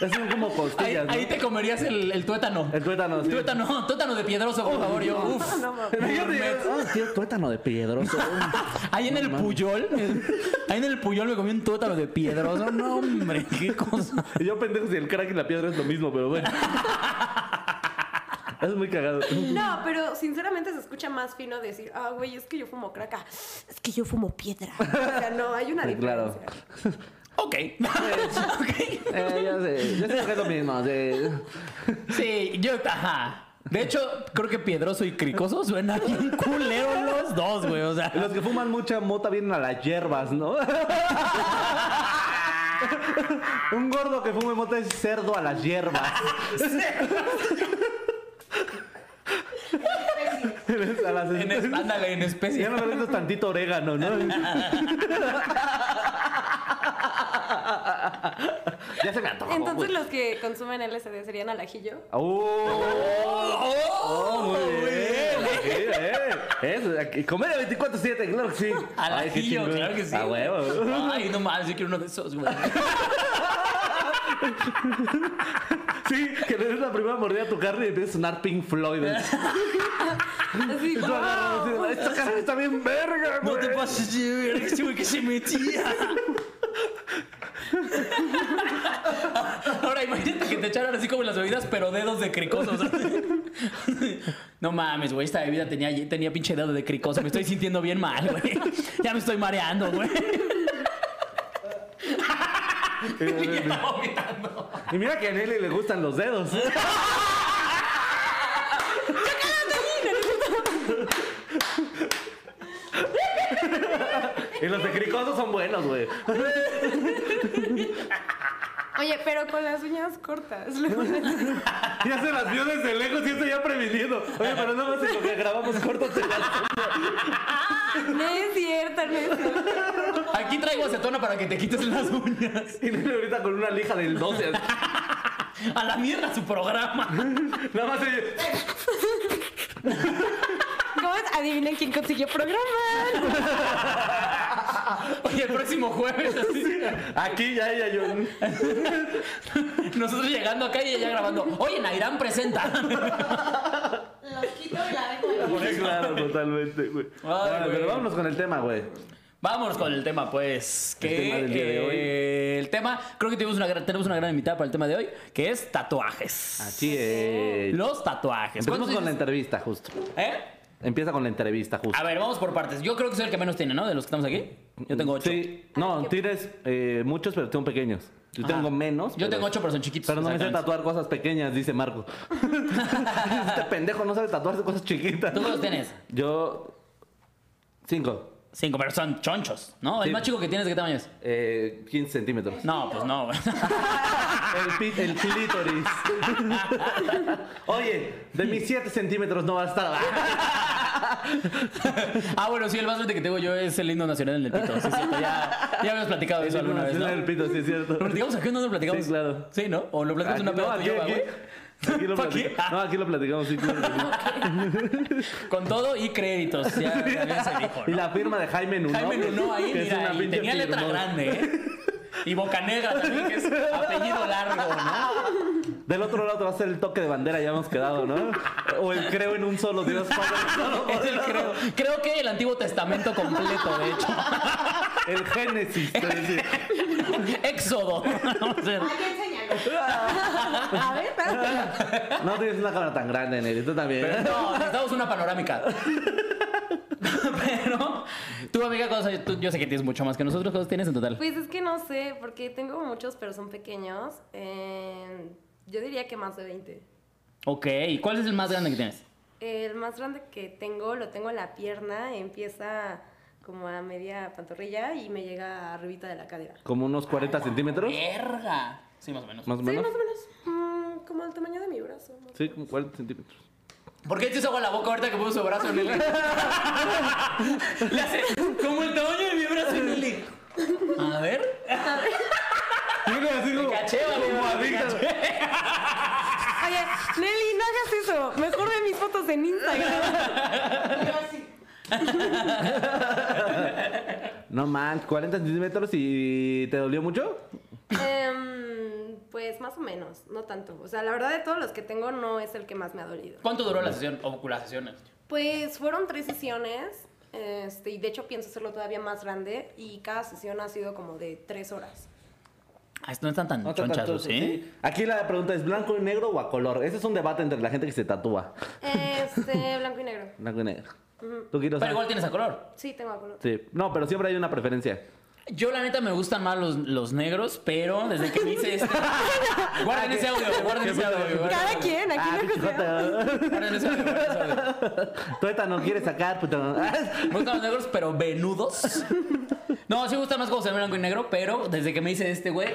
Es un como
Ahí,
costillas, ¿no?
ahí te comerías el, el tuétano.
El tuétano, sí.
Tuétano, tuétano de piedroso, por favor. Yo, uf.
No, mames.
Imagínate, ah, tío, tuétano de piedroso.
Ahí en el Puyol, ahí en el Puyol me comí un tuétano de piedroso. No, hombre, qué cosa.
Y yo pendejo si el crack y la piedra es lo mismo, pero bueno. Es muy cagado.
No, pero sinceramente se escucha más fino decir, ah, güey, es que yo fumo craca. Es que yo fumo piedra. O sea, no, hay una
Sí, claro.
diferencia.
Ok. ok.
Eh, yo sé, yo sé que es lo mismo. sí.
Sí, yo, ajá. De hecho, creo que piedroso y cricoso suena bien culero los dos, güey. O sea,
Los que fuman mucha mota vienen a las hierbas, ¿no? Un gordo que fume mota es cerdo a las hierbas. a las
en, es- ándale, en especie.
Ya no le metes tantito orégano, ¿no? ya se me antojó.
Entonces
Ah, güey.
los que consumen LSD serían al ajillo.
¡Oh!
¡Oh,
muy
güey!
bien! Sí, eh. Eso, aquí, comedia 24-7, claro que sí.
Al
Ay, qué
ajillo,
chingón.
claro que sí.
A huevo.
Ay, no mames, yo quiero uno de esos, güey.
Sí, que le des la primera mordida a tu carne y empieza a sonar Pink Floyd.
Así, ¡ah!
Y tú agarras y
wow.
dices, Esta carne está bien verga,
No
güey.
te pases de ver ese güey que se metía. Ahora imagínate que te echaran así como en las bebidas, pero dedos de cricoso. o sea. No mames, güey, esta bebida tenía, tenía pinche dedo de cricoso. Me estoy sintiendo bien mal, güey. Ya me estoy mareando, güey. Ya está vomitando.
Y mira que a Nelly le gustan los dedos. Y los de cricosos son buenos, güey.
Oye, pero con las uñas cortas. Luego
Ya se las vio desde lejos y eso ya previniendo. Oye, pero no más en lo que grabamos corto te las
No es cierto, no es cierto.
Aquí traigo acetona para que te quites las uñas.
Y Nelly ahorita con una lija del 12. así.
A la mierda su programa.
Nada más se...
¿Cómo es? Adivinen quién consiguió programa.
Oye, el próximo jueves. así.
Aquí ya ella yo. mm,
Nosotros llegando acá y ella grabando. Oye, Nairán presenta.
Los quito y la dejo.
Sí, claro, totalmente, güey.
Ay,
Bueno,
güey.
Pero vámonos con el tema, güey.
Vámonos con el tema, pues.
El
Que,
tema del día de hoy.
eh, el tema, creo que tuvimos una, gran- tenemos una gran invitada para el tema de hoy, que es tatuajes.
Así es.
Los tatuajes.
Empezamos
¿Cuántos
con la
dices?
entrevista, justo.
¿Eh?
Empieza con la entrevista, justo.
A ver, vamos por partes. Yo creo que soy el que menos tiene, ¿no? De los que estamos aquí. Ah, Yo tengo ocho.
Sí. No, tienes eh, muchos, pero tengo pequeños. Yo
Ajá.
tengo menos.
Yo tengo ocho, pero son chiquitos.
Pero no me sé
exactamente.
tatuar cosas pequeñas, dice Marco. este pendejo no sabe tatuarse cosas chiquitas.
¿Tú cuántos tienes?
Yo. Cinco.
Cinco, pero son chonchos, ¿no?
Sí.
El más chico que tienes, ¿de qué tamaño es?
Eh, 15 centímetros.
No, pues no. güey.
El, pi- el clítoris. Oye, de mis 7 centímetros no va a estar.
ah, bueno, sí, el más grande que tengo yo es el himno nacional del pito. Sí, es cierto. Ya, ya habíamos platicado de eso alguna vez, ¿no?
El pito, sí, es cierto.
¿Lo platicamos aquí o no lo platicamos?
Sí, claro.
Sí, ¿no? O lo platicamos
Aquí,
una
no,
peda
aquí,
tuya,
aquí.
güey.
Aquí lo,
¿Pa' qué?
platicamos. No, aquí lo platicamos, sí, claro que sí.
Con todo y créditos. Ya, también se dijo,
Y
¿no?
la firma de Jaime Nuno.
Jaime Nuno ahí,
que es
mira,
una
y
pinche
tenía letra
firmona.
grande, ¿eh? Y Bocanegra también, que es apellido largo,
Ah,
¿no?
Del otro lado va a ser el toque de bandera, ya hemos quedado, ¿no? O el creo en un solo Dios Padre.
Es el creo. Creo que el Antiguo Testamento completo, de hecho.
El Génesis. es decir.
Éxodo. Vamos a hacer.
Ay, enséñalo.
A ver, espérate.
No tienes una cámara tan grande, Nelly, tú también.
No, necesitamos una panorámica. Pero, tú, amiga, cosa, tú, yo sé que tienes mucho más que nosotros. ¿Cuántos tienes en total?
Pues es que no sé, porque tengo muchos, pero son pequeños. Eh, yo diría que más de 20.
Ok, ¿cuál es el más grande que tienes?
El más grande que tengo lo tengo en la pierna, empieza como a media pantorrilla y me llega arribita de la cadera.
Como unos 40 centímetros.
¡Verga! Sí, más o menos.
Más o
Sí,
menos.
más o menos. mm, como el tamaño de mi brazo. más o
Sí, como 40 centímetros.
¿Por qué te hizo agua en la boca ahorita que puso su brazo en el... Le hace como el tamaño de mi brazo en el... A ver...
Tiene así como.
caché, vale,
como
vale,
adicta.
Oye, Nelly, no hagas eso. Mejor ve mis fotos en Instagram.
Yo así.
No manches, 40 centímetros y te dolió mucho.
Em, pues más o menos, no tanto. O sea, la verdad de todos los que tengo no es el que más me ha dolido.
¿Cuánto duró la sesión? O las sesiones.
Pues fueron tres sesiones. Este, y de hecho pienso hacerlo todavía más grande y cada sesión ha sido como de tres horas.
Ah, no están tan ¿eh?
No te
chonchas,
tatúas,
¿sí?
¿sí? Aquí la pregunta es: ¿blanco y negro o a color? Ese es un debate entre la gente que se tatúa.
Este, blanco y negro.
Blanco y negro. ¿Tú quieres
Pero igual tienes a color.
Sí, tengo a color.
Sí. No, pero siempre hay una preferencia.
Yo, la neta, me gustan más los, los negros, pero desde que me hice este... Ah, Guarden ese audio, guarden ese audio. guarden-
Cada quien, aquí
Ah,
lo que
pinche
sea.
joto.
guarden ese audio, guarden ese audio.
Tú esta no quieres sacar, puto. Ah,
Me gustan los negros, pero venudos. No, sí me gusta más como se ve blanco y negro, pero desde que me hice este, güey,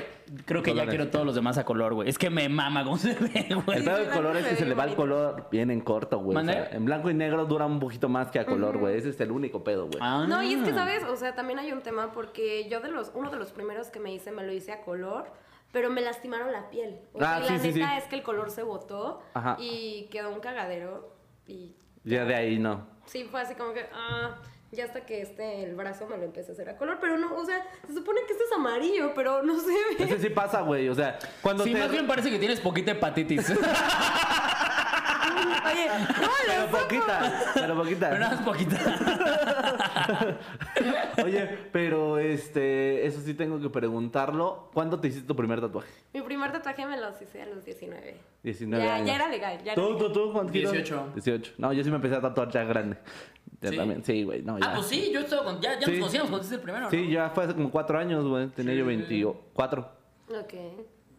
creo que ya
Colores.
quiero todos los demás a color, güey. Es que me mama cómo se ve,
El
güey.
pedo de
blanco
color es
se
que
ve
se le va el
bonito.
color bien en corto, güey. O
¿Mande?
sea, en blanco y negro dura un poquito más que a color, güey. Ese es el único pedo, güey.
Ah.
No, y es que, ¿sabes? O sea, también hay un tema porque yo de los, uno de los primeros que me hice me lo hice a color, pero me lastimaron la piel. O sea,
Ah,
la
sí, sí,
neta
sí.
es que el color se botó
Ajá.
y quedó un cagadero. Y
Ya de ahí no.
sí, fue así como que, ah, ya hasta que este, el brazo me lo empecé a hacer a color, pero no, o sea, se supone que este es amarillo, pero no se ve.
Ese sí pasa, güey. O sea, cuando
Sí,
te...
más bien parece que tienes poquita hepatitis.
Oye, no,
Pero poquita, pero
pero nada
poquita.
más poquita.
Oye, pero este, eso sí tengo que preguntarlo. ¿Cuándo te hiciste tu primer tatuaje?
mi primer tatuaje me lo hice a los 19.
19
ya,
años.
ya era legal, ya era
¿Tú,
legal.
tú, tú? ¿Cuántos kilos?
18.
18. No, yo sí me empecé a tatuar ya grande. Ya
¿Sí?
también. Sí, güey. No, ya.
Ah, pues sí, yo estaba con. Ya, ya
Sí.
nos conocíamos cuando hiciste el primero, ¿no?
Sí, ya fue hace como cuatro años, güey. Tenía yo 24.
Ok.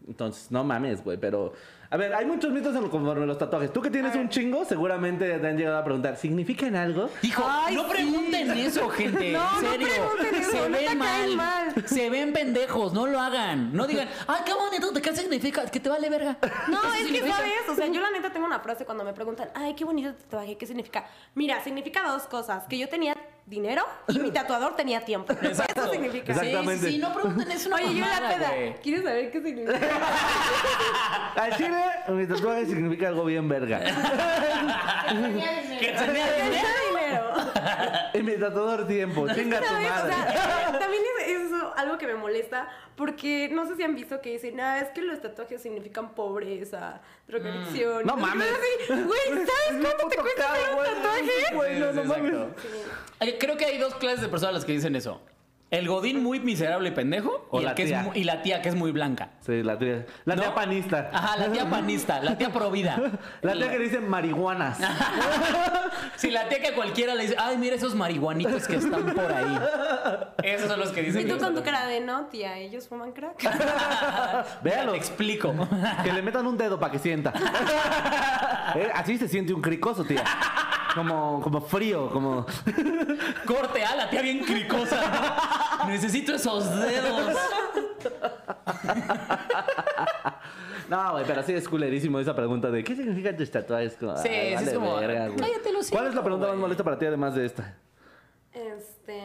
Entonces, no mames, güey, pero... A ver, hay muchos mitos en lo- conforme a los tatuajes. Tú que tienes un chingo, seguramente te han llegado a preguntar, ¿significan algo?
Hijo,
Ay,
no
sí.
pregunten eso, gente.
No,
en
no
serio.
pregunten eso,
Se
neta
ven mal.
caen mal.
Se ven pendejos, no lo hagan. No digan, ay, qué bonito, ¿qué significa? Que te vale verga.
No,
Eso
es que
significa-
sabes, o sea, yo la neta tengo una frase cuando me preguntan, ay, qué bonito tu tatuaje, ¿qué significa? Mira, significa dos cosas, que yo tenía dinero y mi tatuador tenía tiempo. Eso
Exacto.
significa.
Exactamente.
Sí, sí, no pregunten eso.
Oye, yo en la peda,
güey.
¿quieres saber qué significa?
Al chile, mi tatuaje significa algo bien verga.
Que tenía dinero.
Que tenía
Tenía
dinero.
dinero.
Y mi tatuador tiempo, chinga tu
¿Sabes? O
madre.
sea, eh, también es, es eso algo que me molesta porque no sé si han visto que dicen, ah, es que los tatuajes significan pobreza, drogadicción.
No
Y
mames.
así, Güey, ¿sabes cuánto te cuesta hacer un tatuaje?
Güey, no,
Sí,
no
sí,
mames.
exacto. Ay, Creo que hay dos clases de personas las que dicen eso. El godín muy miserable y pendejo
O
y, el
la
que es
tía.
mu- y la tía que es muy blanca.
Sí, la tía, la
¿No?
tía panista.
Ajá, la tía panista, la tía provida.
La tía que dice marihuanas.
Si la tía que cualquiera le dice, ay, mira esos marihuanitos que están por ahí. Esos son los que dicen.
Y tú
que-
con tu cara ah, de no, tía, ellos fuman crack.
Mira,
Véalo.
Te explico.
Que le metan un dedo para que sienta. Eh, Así se siente un cricoso, tía. Como, como frío, como...
Corte a la tía bien cricosa. ¿no? Necesito esos dedos.
No, güey, pero sí es culerísimo esa pregunta de ¿qué significan tus tatuajes? Como,
Sí,
ay,
sí, es como,
güey.
cállate el hocico,
¿Cuál es la pregunta más
güey.
molesta para ti además de esta?
Este.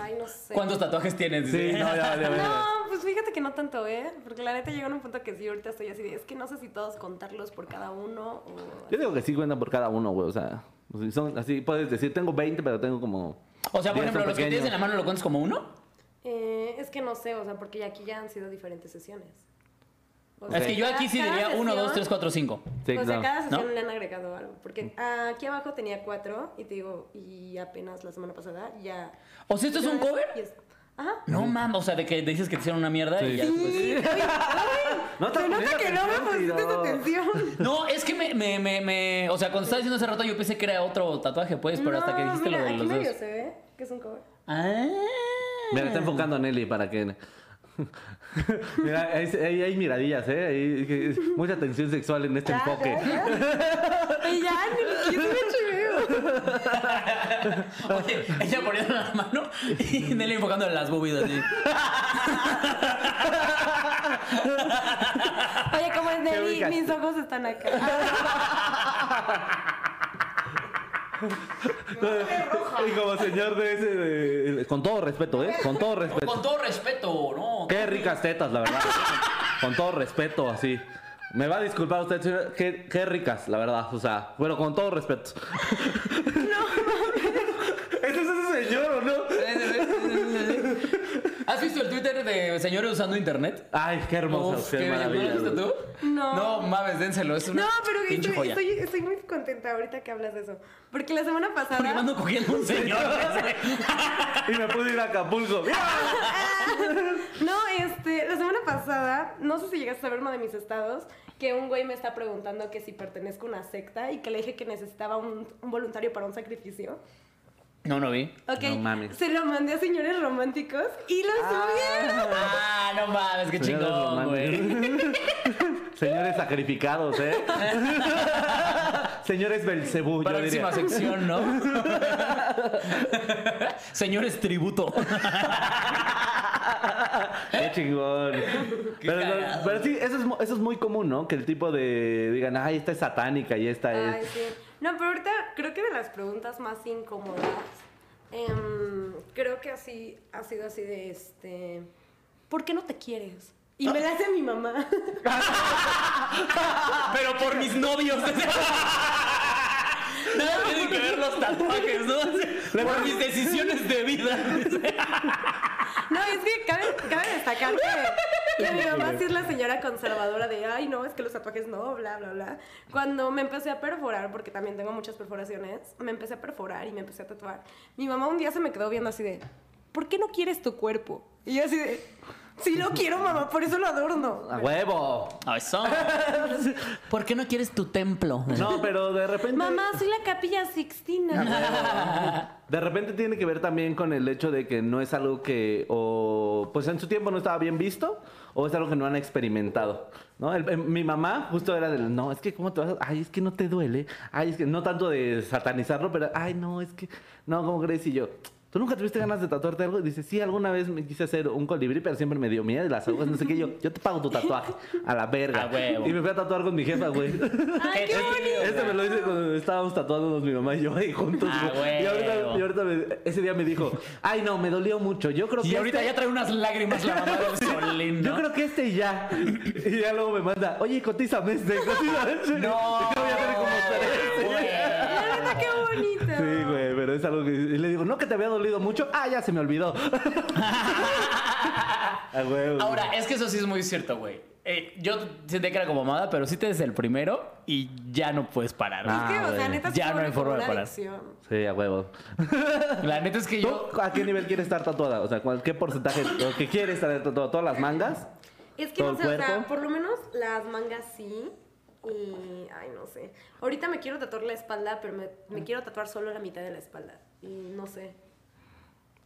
Ay, no sé.
¿Cuántos tatuajes tienes?
Sí,
Dice.
no, ya vale,
No, pues pues fíjate que no tanto, ¿eh? Porque la neta llega a un punto que sí, ahorita estoy así de, es que no sé si todos contarlos por cada uno o...
Yo digo que sí cuentan por cada uno, güey. O sea, si son así, puedes decir, tengo 20, pero tengo como.
O sea, por
10
ejemplo,
son
los que tienes
pequeños.
en la mano lo cuentas como uno.
Eh, es que no sé, o sea, porque ya aquí ya han sido diferentes sesiones. O
Es
sea,
que yo
cada-
aquí sí
cada
diría uno,
sesión-
dos, tres, cuatro, cinco.
Sí,
o sea,
claro.
Pues cada sesión
¿No? Mm.
le han agregado algo. Porque ah, aquí abajo tenía cuatro, y te digo, y apenas la semana pasada ya.
O sea, ¿esto es un
ya-
cover?
y es- Ajá.
No mames, o sea, de que dices que te hicieron una mierda y
Sí.
ya después-
No
Se
te
nota que no pues, me
poniendo
pusiste atención.
No, es que me, me, me, me- O sea, cuando estaba diciendo hace rato yo pensé que era otro tatuaje, pues, pero hasta que
No,
dijiste
mira,
lo de
aquí
los
medio
dedos.
se ve que es un cover.
Ah.
Mira, está enfocando a Nelly para que. Mira, ahí, se- ahí hay miradillas, ¿eh? Ahí- que- mucha tensión sexual en este
Ya,
enfoque.
ya, ya. Y ya, ni- yo soy el chiveo.
Oye, ella poniendo la mano y Nelly enfocando en las boobies así.
Oye, como es Nelly,
ubicas.
mis ojos están acá.
Y como señor de ese. de- con todo respeto, ¿eh? Con todo
Con
respeto.
todo respeto, ¿no?
Qué ricas tetas, la verdad. Con todo respeto, así. Me va a disculpar usted, señor. Qué, qué ricas, la verdad. O sea, bueno, con todo respeto. No, ¿Ese es ese señor o no?
¿Has visto el Twitter de señores usando internet?
Ay, qué hermoso,
Uf,
qué,
qué bello.
maravilla.
¿No Este lo has
güey.
visto tú?
No.
No mames, dénselo. Es una
No, pero
pinche
estoy,
joya.
estoy, estoy muy contenta ahorita que hablas de eso. Porque la semana pasada.
Porque mando cogiendo un señor.
Y me pude ir a Acapulco. ¡Mira!
No, este, la semana pasada, no sé si llegaste a ver uno de mis estados, que un güey me está preguntando que si pertenezco a una secta y que le dije que necesitaba un, un voluntario para un sacrificio.
No, no vi.
Ok,
No mames.
se lo mandé a señores románticos y lo subieron.
Ah, no mames, qué chingón, güey.
Señores sacrificados, ¿eh? Señores Belcebú, yo
Próxima
diría.
sección, ¿no? Señores, tributo.
Qué chingón. pero, no-
cagado,
pero sí, eso es, mu- eso es muy común, ¿no? Que el tipo de. digan, ay, esta es satánica y esta
Ay,
es.
sí. No, pero ahorita creo que de las preguntas más incómodas, em, creo que así ha sido así de este, ¿por qué no te quieres? Y me la hace mi mamá.
Ah, Pero por mis novios. Nada tienen que ver los tatuajes, ¿no? Por mis decisiones de vida.
No, es que cabe, cabe destacar que, que mi mamá sí es la señora conservadora de, ay, no, es que los tatuajes no, bla, bla, bla. Cuando me empecé a perforar, porque también tengo muchas perforaciones, me empecé a perforar y me empecé a tatuar. Mi mamá un día se me quedó viendo así de, ¿por qué no quieres tu cuerpo? Y yo así de, sí lo quiero, mamá, por eso lo adorno.
Ah,
¡A huevo!
Ay, son. ¿Por qué no quieres tu templo?
No, pero de repente.
Mamá, soy la capilla Sixtina.
Ah,
De repente tiene que ver también con el hecho de que no es algo que o pues en su tiempo no estaba bien visto o es algo que no han experimentado, ¿no? El- el- mi mamá justo era del, no, es que cómo te vas a, ay, es que no te duele, ay, es que no tanto de satanizarlo, pero ay, no, es que no, ¿cómo crees? Y yo, ¿tú nunca tuviste ganas de tatuarte algo? Y dice, sí, alguna vez me quise hacer un colibrí, pero siempre me dio miedo y las agujas, no sé qué, Y yo, yo te pago tu tatuaje, a la verga.
A huevo.
Y me fui a tatuar con mi jefa, güey.
Ay, qué bonito.
Este me lo dice cuando estábamos tatuándonos mi mamá y yo ahí juntos.
Ah,
güey. y ahorita,
huevo.
y ahorita me- ese día me dijo, ay no, me dolió mucho. Yo creo que
Y ahorita ya
este,
trae unas lágrimas la mamá del Solín,
yo
¿no?
creo que este y ya. Y ya luego me manda, oye, cotízame este, cotízame este.
No.
Y yo ya tengo como tres.
güey.
La neta, qué bonito.
Sí, güey, pero es algo que y le digo, no que te había dolido mucho. Ah, ya se me olvidó. Ah, güey, güey.
Ahora, es que eso sí es muy cierto, güey. Eh, yo sentía que era como mamada, pero sí te des el primero y ya no puedes parar.
Es que,
Ah,
o sea,
güey.
neta,
Ya
se
no
vuelve
hay forma
como
de
una
parar.
adicción.
Sí, a huevo.
La neta es que yo.
¿Tú a qué nivel quieres estar tatuada? O sea, ¿cuál- ¿qué porcentaje? ¿O ¿Qué quieres estar tatuada? ¿Todas las mangas?
Es que
¿Todo
no
el
sé, o sea,
cuerpo?
por lo menos las mangas sí. Y. Ay, no sé. Ahorita me quiero tatuar la espalda, pero me, me quiero tatuar solo la mitad de la espalda. Y no sé.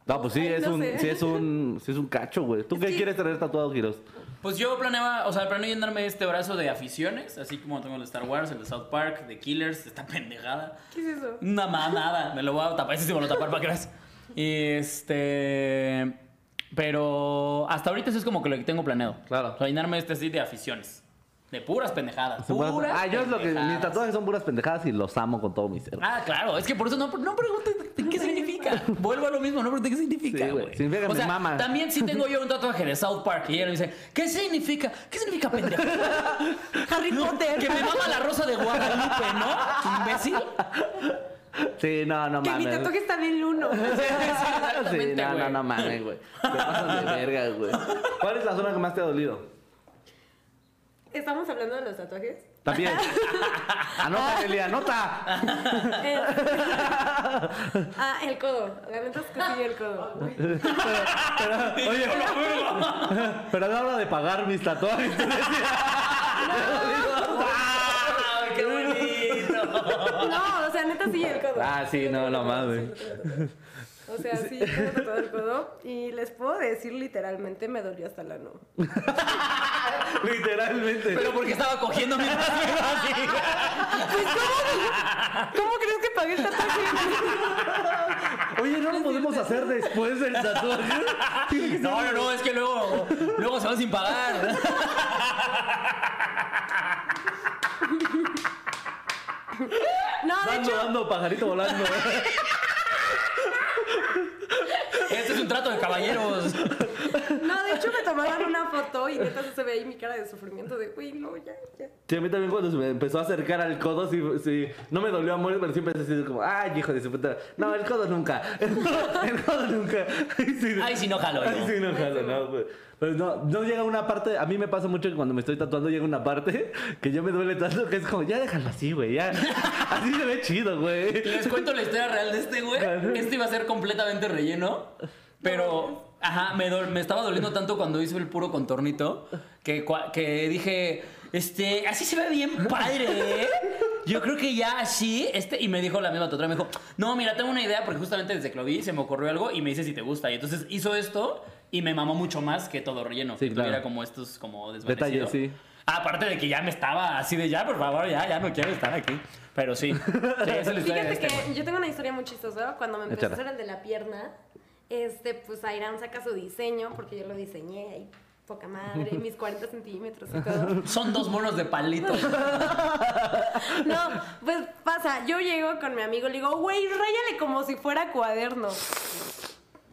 No, pues sí,
Ay,
es,
no
un,
sé.
sí es un sí es un cacho, güey. ¿Tú
Es
qué
que-
quieres tener tatuado, Giros?
Pues yo planeaba, o sea, planeo llenarme este brazo de aficiones, así como tengo el de Star Wars, el de South Park, de Killers, esta pendejada.
¿Qué es eso?
Una mamada, me lo voy a tapar, ese sí me lo voy a tapar para que veas. Y este. Pero hasta ahorita eso es como que lo que tengo planeado.
Claro.
O sea, llenarme este así de aficiones. De puras pendejadas.
Son puras-
puras
ah, yo es lo que. Mis
pendejadas.
tatuajes son puras pendejadas y los amo con todo mi ser.
Ah, claro, es que por eso no, no pregunten de qué significa. Vuelvo a lo mismo, no pregunté qué significa,
Sí, güey.
güey.
Significa que
o
me
sea,
mama.
También sí tengo yo un tatuaje de South Park y ella me dice, ¿qué significa? ¿Qué significa pendejo?
Harry Potter.
Que me mama la rosa de Guadalupe, ¿no? Imbécil.
Sí, no, no
Que mi
mames.
tatuaje está en el uno.
Sí,
Exactamente,
no, no,
güey.
no mames, güey. Te pasan de verga, güey. ¿Cuál es la zona que más te ha dolido?
Estamos hablando de los tatuajes.
También. Anota, Eli, anota.
Eh, ah, el codo. Lamento es que sí, el codo.
Oye, pero no habla de pagar mis tatuajes.
¡Guau! Ah, ¡Qué bonito!
No, o sea, neta sí, el codo.
Ah, sí, no, no mames.
Sí, lo tengo tatuado. O sea, sí, tengo tatuado el codo. Y les puedo decir literalmente me dolió hasta la no.
Literalmente.
Pero porque estaba cogiendo mientras me iba así.
Pues, ¿Cómo crees que pagué el tatuaje?
Oye, ¿no lo podemos hacer después del tatuaje?
No, no, no, es que luego, luego se van sin pagar.
No, de
Dando,
hecho,
dando, pajarito volando.
Este es un trato de caballeros.
no, de hecho me tomaban una foto y neta se ve ahí mi cara de sufrimiento de, güey, no, ya, ya.
Sí, a mí también cuando se me empezó a acercar al codo, sí, sí, no me dolió a morir, pero siempre empecé a decir como, ay, hijo de su puta. No, el codo nunca. El codo, el codo nunca. Ay, sí,
Ay, sí, no jalo yo.
Ay, sí, no jalo, no, güey. Pero no, no llega una parte, a mí me pasa mucho que cuando me estoy tatuando llega una parte que yo me duele tanto que es como, ya déjalo así, güey, ya. Así se ve chido, güey.
Les cuento la historia real de este güey. Este iba a ser completamente relleno. Pero, ajá, me, dol- me estaba doliendo tanto cuando hice el puro contornito que, cua- que dije, este, así se ve bien padre, ¿eh? Yo creo que ya así, este, y me dijo la misma tatuadora, me dijo, no, mira, tengo una idea, porque justamente desde que lo vi se me ocurrió algo y me dice si te gusta. Y entonces hizo esto y me mamó mucho más que todo relleno.
Sí,
que tuviera
claro.
como estos, como desvanecido.
Detalles, sí.
Aparte de que ya me estaba así de ya, por favor, ya, ya no quiero estar aquí. Pero sí. sí esa es la historia de
Fíjate
este
que
güey.
yo tengo una historia muy chistosa. Cuando me empezó a
Échala.
hacer el de la pierna, este, pues Airam saca su diseño, porque yo lo diseñé y poca madre, mis 40 centímetros y todo.
Son dos monos de palitos.
No, pues pasa, yo llego con mi amigo, le digo, güey, ráyale como si fuera cuaderno.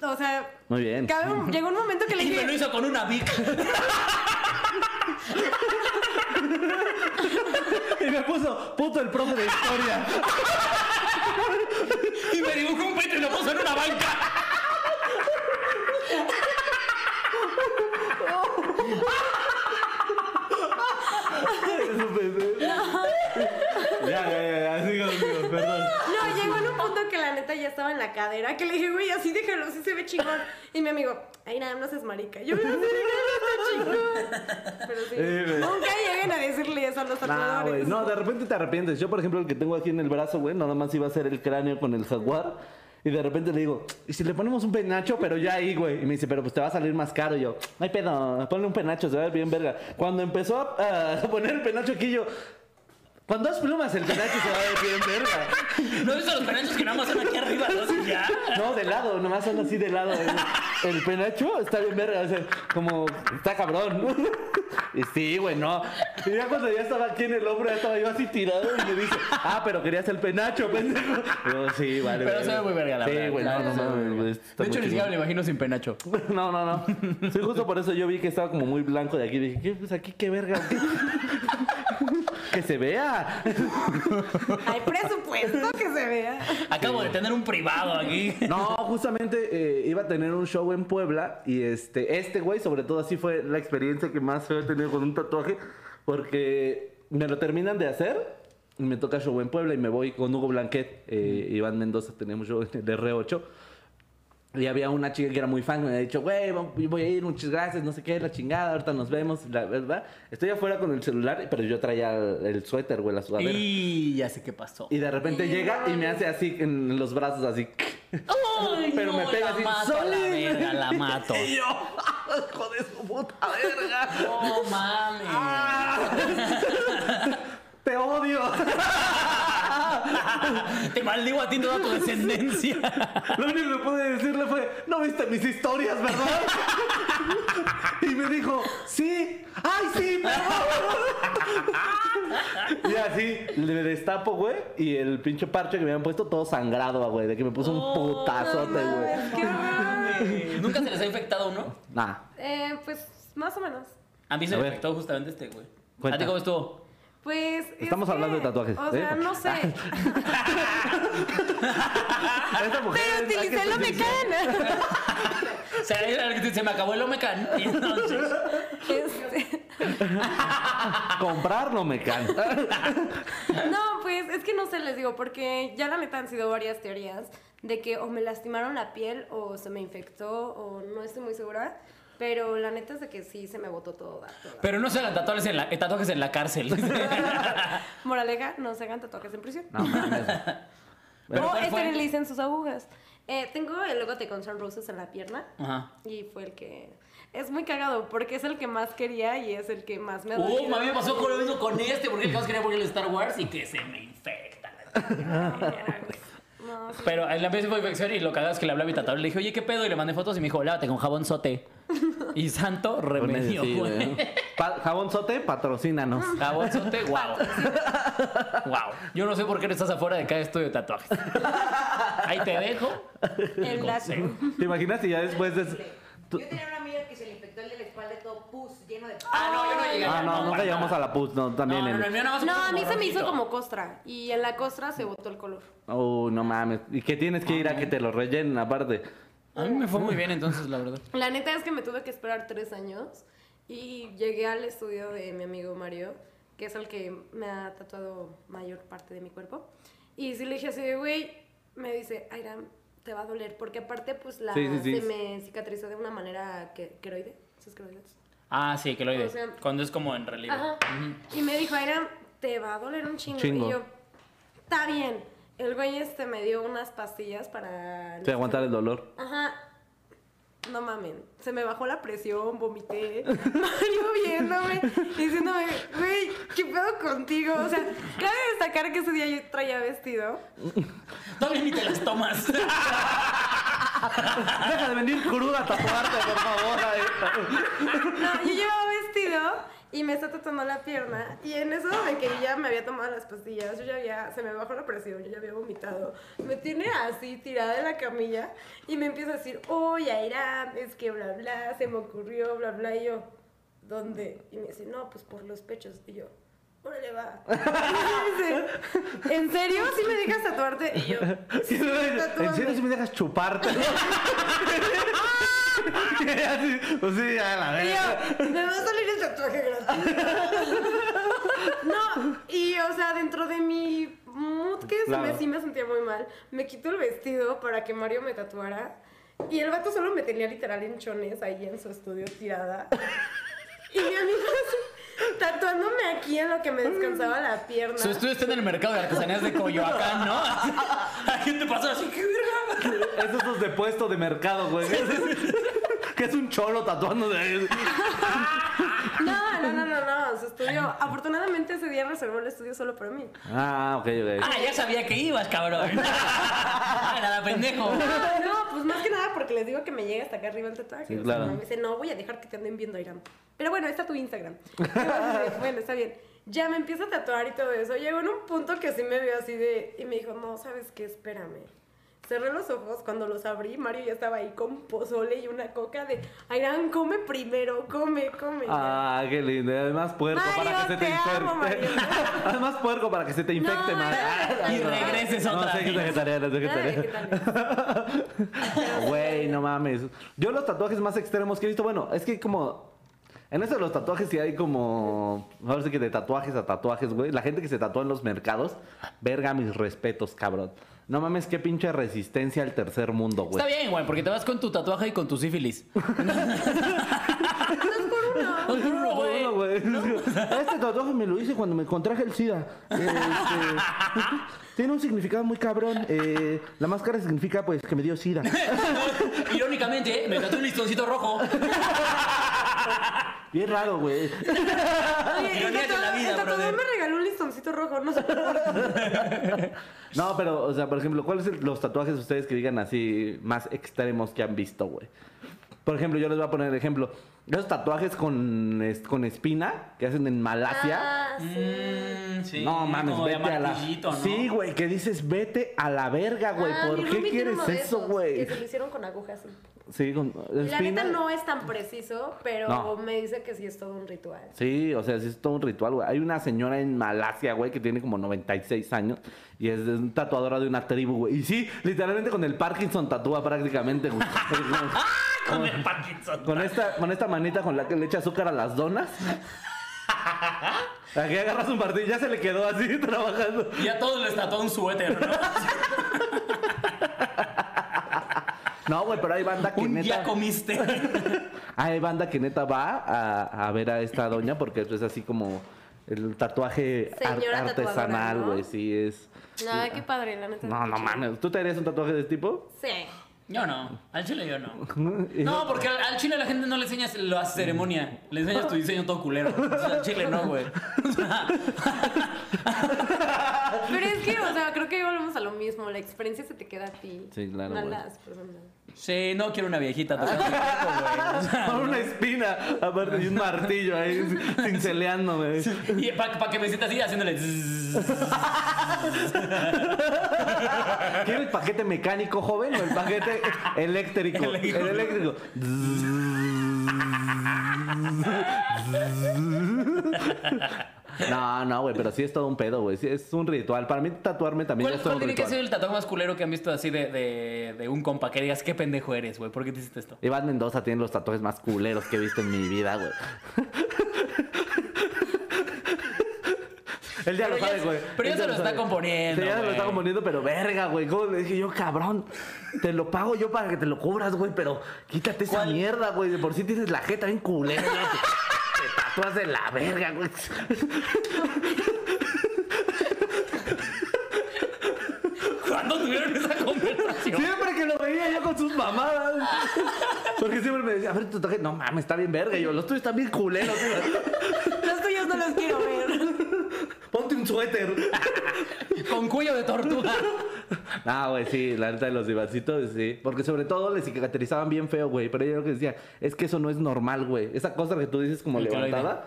O sea,
Muy bien.
cabe un- llegó un momento que le
Y me lo
dije,
hizo con una Vic.
Y me puso, puto el profe de historia.
Y me dibujó un pito y lo puso en una banca.
Eso pensé. Ya, ya, ya, ya, sigo, sigo, perdón.
no, llegó en un punto que la neta ya estaba en la cadera, que le dije, güey, así déjalo, así se ve chingón. Y mi amigo, ay, nada, no seas marica. Yo, "Ay, no, no está chingón. Pero sí,
Eh, güey.
nunca lleguen a decirle eso a los
Nah, güey,
tatuadores.
No, de repente te arrepientes. Yo, por ejemplo, el que tengo aquí en el brazo, güey, nada más iba a ser el cráneo con el jaguar. Y de repente le digo, ¿y si le ponemos un penacho? Pero ya ahí, güey. Y me dice, pero pues te va a salir más caro. Y yo, no hay pedo, ponle un penacho, se va a ver bien verga. Cuando empezó a, a poner el penacho aquí, yo, con dos plumas el penacho se va a ver bien verga.
¿No viste los penachos que nada más son aquí arriba? ¿no? Y ya.
No, de lado, nomás son así de lado. El, el penacho está bien verga, o sea, como está cabrón. Y sí, güey, no. Y ya cuando ya estaba aquí en el hombro, ya estaba yo así tirado y me dice, ah, pero querías el penacho, pendejo. Yo, sí, vale.
Pero
güey.
se ve muy verga la
Sí,
verdad.
güey, no,
La
no,
verdad, se ve
no,
muy
güey,
verga.
está
De hecho,
muy
ni siquiera me
chingón.
lo imagino sin penacho.
No, no, no. Sí, justo por eso yo vi que estaba como muy blanco de aquí. Dije, ¿qué? Pues aquí, qué verga. ¿Qué? Que se vea.
Hay presupuesto que se vea.
Acabo de tener un privado aquí.
No, justamente eh, iba a tener un show en Puebla y este, este güey, sobre todo así fue la experiencia que más feo he tenido con un tatuaje, porque me lo terminan de hacer y me toca show en Puebla y me voy con Hugo Blanquet, eh, Iván Mendoza, tenemos show en el R8. Y había una chica que era muy fan, me había dicho, güey, va- voy a ir, muchas gracias, no sé qué, la chingada, ahorita nos vemos, la verdad. Estoy afuera con el celular, pero yo traía el, el suéter, güey, la sudadera. Y...
Y ya sé qué pasó.
de repente llega y me hace así en los brazos, así.
Ay,
Pero me
la
pega así,
mato a la
"Sole".
verga, la mato.
Y yo, hijo de su puta verga.
No mames.
Ah. Te odio.
Te maldigo a ti toda tu descendencia.
Lo único que pude decirle fue, no viste mis historias, ¿verdad? Y me dijo, sí. Ay, sí, perdón. Y así le destapo, güey. Y el pinche parche que me habían puesto todo sangrado, güey. De que me puso un
Oh,
putazote, güey.
Qué horror.
Eh, ¿Nunca se les ha infectado uno?
Nah.
Eh, pues, más o menos.
A mí se
A
me
ver.
infectó justamente este, güey. ¿A
Cuenta.
ti cómo estuvo?
Pues. es
Estamos hablando de tatuajes,
O
¿eh?
sea, no sé.
Esta mujer.
Pero
¿verdad pues, que
utilicé el
está utilizando?
Omecán.
O sea, era el que se me acabó el Omecan. y Entonces,
Este,
Comprar no me canta.
No, pues es que no sé, les digo, porque ya la neta han sido varias teorías de que o me lastimaron la piel o se me infectó o no estoy muy segura. Pero la neta es de que sí se me botó todo. todo.
pero no se hagan tatuajes en la, eh, tatuajes en la cárcel.
Moraleja, no se hagan tatuajes en prisión.
No mames.
Pero
o
¿cuál fue?
esterilicen sus agujas. Eh, tengo el logo de Guns N' Roses en la pierna.
Ajá.
Y fue el que. Es muy cagado porque es el que más quería y es el que más me ha
Uh,
dolido.
mami, me pasó con lo mismo con este, porque el caos quería poner el Star Wars y que se me infecta.
No, sí.
Pero en la vez fue infección y lo cagado es que le hablé a mi tatuador. Le dije, oye, ¿qué pedo? Y le mandé fotos y me dijo, lávate con jabón sote. Y santo remedio,
Sí,
güey.
güey. Pa- Jabón sote, patrocínanos.
Jabón sote, wow. wow. Yo no sé por qué no estás afuera de cada estudio de tatuajes. Ahí te dejo.
El
consejo.
dato.
¿Te imaginas si ya después de.
Yo tenía una amiga que se le infectó el de la espalda todo pus, lleno de pus.
Ah, no, yo no llegué.
Ah, no, nunca
para
llegamos a
nada.
la pus, no, también.
No,
el-
no, no, el mío nada más
No,
fue
a mí se me hizo
rojito.
como costra y en la costra se botó el color.
Oh, no mames. ¿Y qué tienes que ir a que te lo rellenen aparte?
A mí me fue muy bien entonces, la verdad.
La neta es que me tuve que esperar tres años y llegué al estudio de mi amigo Mario, que es el que me ha tatuado mayor parte de mi cuerpo. Y si le dije así de, güey, me dice, Airam, te va a doler, porque aparte, pues la
Sí, sí, sí.
se me cicatrizó de una manera que, queroide. ¿sí es queroide?
Ah, sí, que lo oí.
O sea-
Cuando es como en relieve.
Ajá. Y me dijo, Airam, te va a doler un chingo.
Chingo.
Y yo, está bien. El güey este me dio unas pastillas para.
Sí, aguantar el dolor.
Ajá. No mamen. Se me bajó la presión, vomité. Mario viéndome, diciéndome, güey, ¿qué pedo contigo? O sea, cabe destacar que ese día yo traía vestido.
Todavía ni te las tomas.
Deja de venir cruda a tatuarte, por favor. ay.
No, yo llevaba vestido y me está tatuando la pierna. Y en eso de que yo ya me había tomado las pastillas, yo ya había, se me bajó la presión, yo ya había vomitado. Me tiene así tirada en la camilla y me empieza a decir, oye, Aira, es que bla, bla, se me ocurrió, bla, bla. Y yo, ¿dónde? Y me dice, no, pues por los pechos. Y yo, órale, va. Y me dice, ¿en serio? ¿Sí me dejas tatuarte? Y yo, "Sí,
¿En serio
tatúame".
si me dejas chuparte? Así, pues sí, a la
Y
verga.
yo, me va a salir el tatuaje gratis. No, y o sea, dentro de mi mood que se me-
Claro.
sí me sentía muy mal, me quito el vestido para que Mario me tatuara. Y el vato solo me tenía literal en chones ahí en su estudio tirada. Y mi amigo así, tatuándome aquí en lo que me descansaba la pierna.
Su estudio está en el mercado de artesanías de Coyoacán, ¿no? La gente pasa así, qué verga.
Es esos de puesto de mercado, güey. Que es un cholo tatuando de
No, no, no, no, no, su estudio. Afortunadamente ese día reservó el estudio solo para mí.
Ah, ok, ok.
Ah, ya sabía que ibas, cabrón. Ah, nada, pendejo.
Ah, No, pues más que nada porque les digo que me llega hasta acá arriba el tatuaje.
Sí,
O sea,
claro.
me dice, no, voy a dejar que te anden viendo, Irán. Pero bueno, ahí está tu Instagram. Y yo, bueno, está bien. Ya me empiezo a tatuar y todo eso. Llegó en un punto que sí me vio así de... Y me dijo, no, ¿sabes qué? Espérame. Cerré los ojos. Cuando los abrí, Mario ya estaba ahí con pozole y una coca de... Irán, come primero, come, come.
Ah, qué lindo. Además puerco para
Mario,
que se te,
te amo,
infecte.
Mario.
Además puerco para que se te infecte
No,
más.
no, no,
Y
no.
regreses
no,
otra
sé que es
vez.
vegetariana, es
Nada de
vegetariana.
vegetales.
Güey, no mames. Yo los tatuajes más extremos que he visto, bueno, es que como... En eso de los tatuajes sí hay como... Ahora sí que de tatuajes a tatuajes, güey. La gente que se tatúa en los mercados, verga mis respetos, cabrón. No mames, qué pinche resistencia al tercer mundo, güey.
Está bien, güey, porque te vas con tu tatuaje y con tu sífilis. Dos por uno, güey.
No, güey. Este tatuaje me lo hice cuando me contraje el SIDA. Este, tiene un significado muy cabrón. Eh, la máscara significa pues que me dio SIDA.
Irónicamente, me tatué un listoncito rojo.
Bien raro, güey.
Oye, el
Ironías de la
tatuador-
vida,
el tatuador
brother.
me regaló un listoncito rojo. No sé
No, pero, o sea, por ejemplo, ¿cuáles son los tatuajes ustedes que digan así más extremos que han visto, güey? Por ejemplo, yo les voy a poner el ejemplo. Esos tatuajes con, es- con espina que hacen en Malasia.
Ah, sí.
Mm, sí,
no mames,
como de
vete a la.
martillito, ¿no?
Sí, güey, que dices vete a la verga, güey.
Ah, mi
¿Por qué
roomie tiene uno
quieres
de
eso,
esos
güey?
Que se lo hicieron con agujas.
Sí, con
La
espina.
neta no es tan preciso, pero
No.
me dice que sí es todo un ritual.
Sí, o sea, sí es todo un ritual, güey. Hay una señora en Malasia, güey, que tiene como 96 años y es, es un tatuadora de una tribu, güey. Y sí, literalmente con el Parkinson tatúa prácticamente, güey.
Con el Parkinson.
Con esta, con esta manita con la que le echa azúcar a las donas. Aquí agarras un partido y ya se le quedó así trabajando.
Y a todos les tatuó un suéter, ¿no?
No, güey, pero hay banda que
un día
neta.
comiste.
Hay banda que neta va a, a ver a esta doña porque es así como el tatuaje ar-
Señora tatuadora,
artesanal,
¿no?
güey. Sí, es.
No, qué padre, la neta.
No, no mames. ¿Tú te harías un tatuaje de este tipo?
Sí.
Yo no. Al chile yo no. No, porque al, al chile a la gente no le enseñas la ceremonia. Le enseñas tu diseño todo culero. Entonces, al chile no, güey. O sea,
Pero es que, o sea, creo que volvemos a lo mismo. La experiencia se te queda a ti.
Sí, claro,
No a
güey.
las personas.
sí, no quiero una viejita tocando el cuerpo, güey. O sea,
Con una espina, aparte, y un martillo ahí cinceleándome.
Y para que me sienta así haciéndole. zzzz.
¿Quiere el paquete mecánico, joven, o el paquete eléctrico? El
Eléctrico.
eléctrico. No, no, güey, pero sí es todo un pedo, güey. Sí, es un ritual. Para mí tatuarme también
¿Cuál,
es todo
cuál
un
tiene que ser
ritual.
el tatuaje más culero que han visto así de, de, de un compa? Que digas, qué pendejo eres, güey. ¿Por qué te hiciste esto?
Iván Mendoza tiene los tatuajes más culeros que he visto en mi vida, güey. Él ya
Pero
lo
ya
sabe,
se-
güey.
pero ya
Él
se lo está
sabe.
componiendo,
Sí, ya se lo
güey.
está componiendo, pero verga, güey. ¿Cómo le dije yo, cabrón? Te lo pago yo para que te lo cubras, güey, pero quítate esa mierda, güey. De por sí tienes la jeta bien culera. güey. Te, te tatúas de la verga, güey.
¿Cuándo tuvieron esa conversación?
Siempre que lo veía yo con sus mamadas. Porque siempre me decía, a ver, tu tatuaje, no mames, está bien verga. Y yo, los tuyos están bien culeros, güey.
Los tuyos no los quiero ver.
Ponte un suéter.
Con cuello de tortuga.
Ah, güey, sí, la neta de los divancitos, sí. Porque sobre todo le cicatrizaban bien feo, güey. Pero ella lo que decía, es que eso no es normal, güey. Esa cosa que tú dices como
El queloide.
levantada.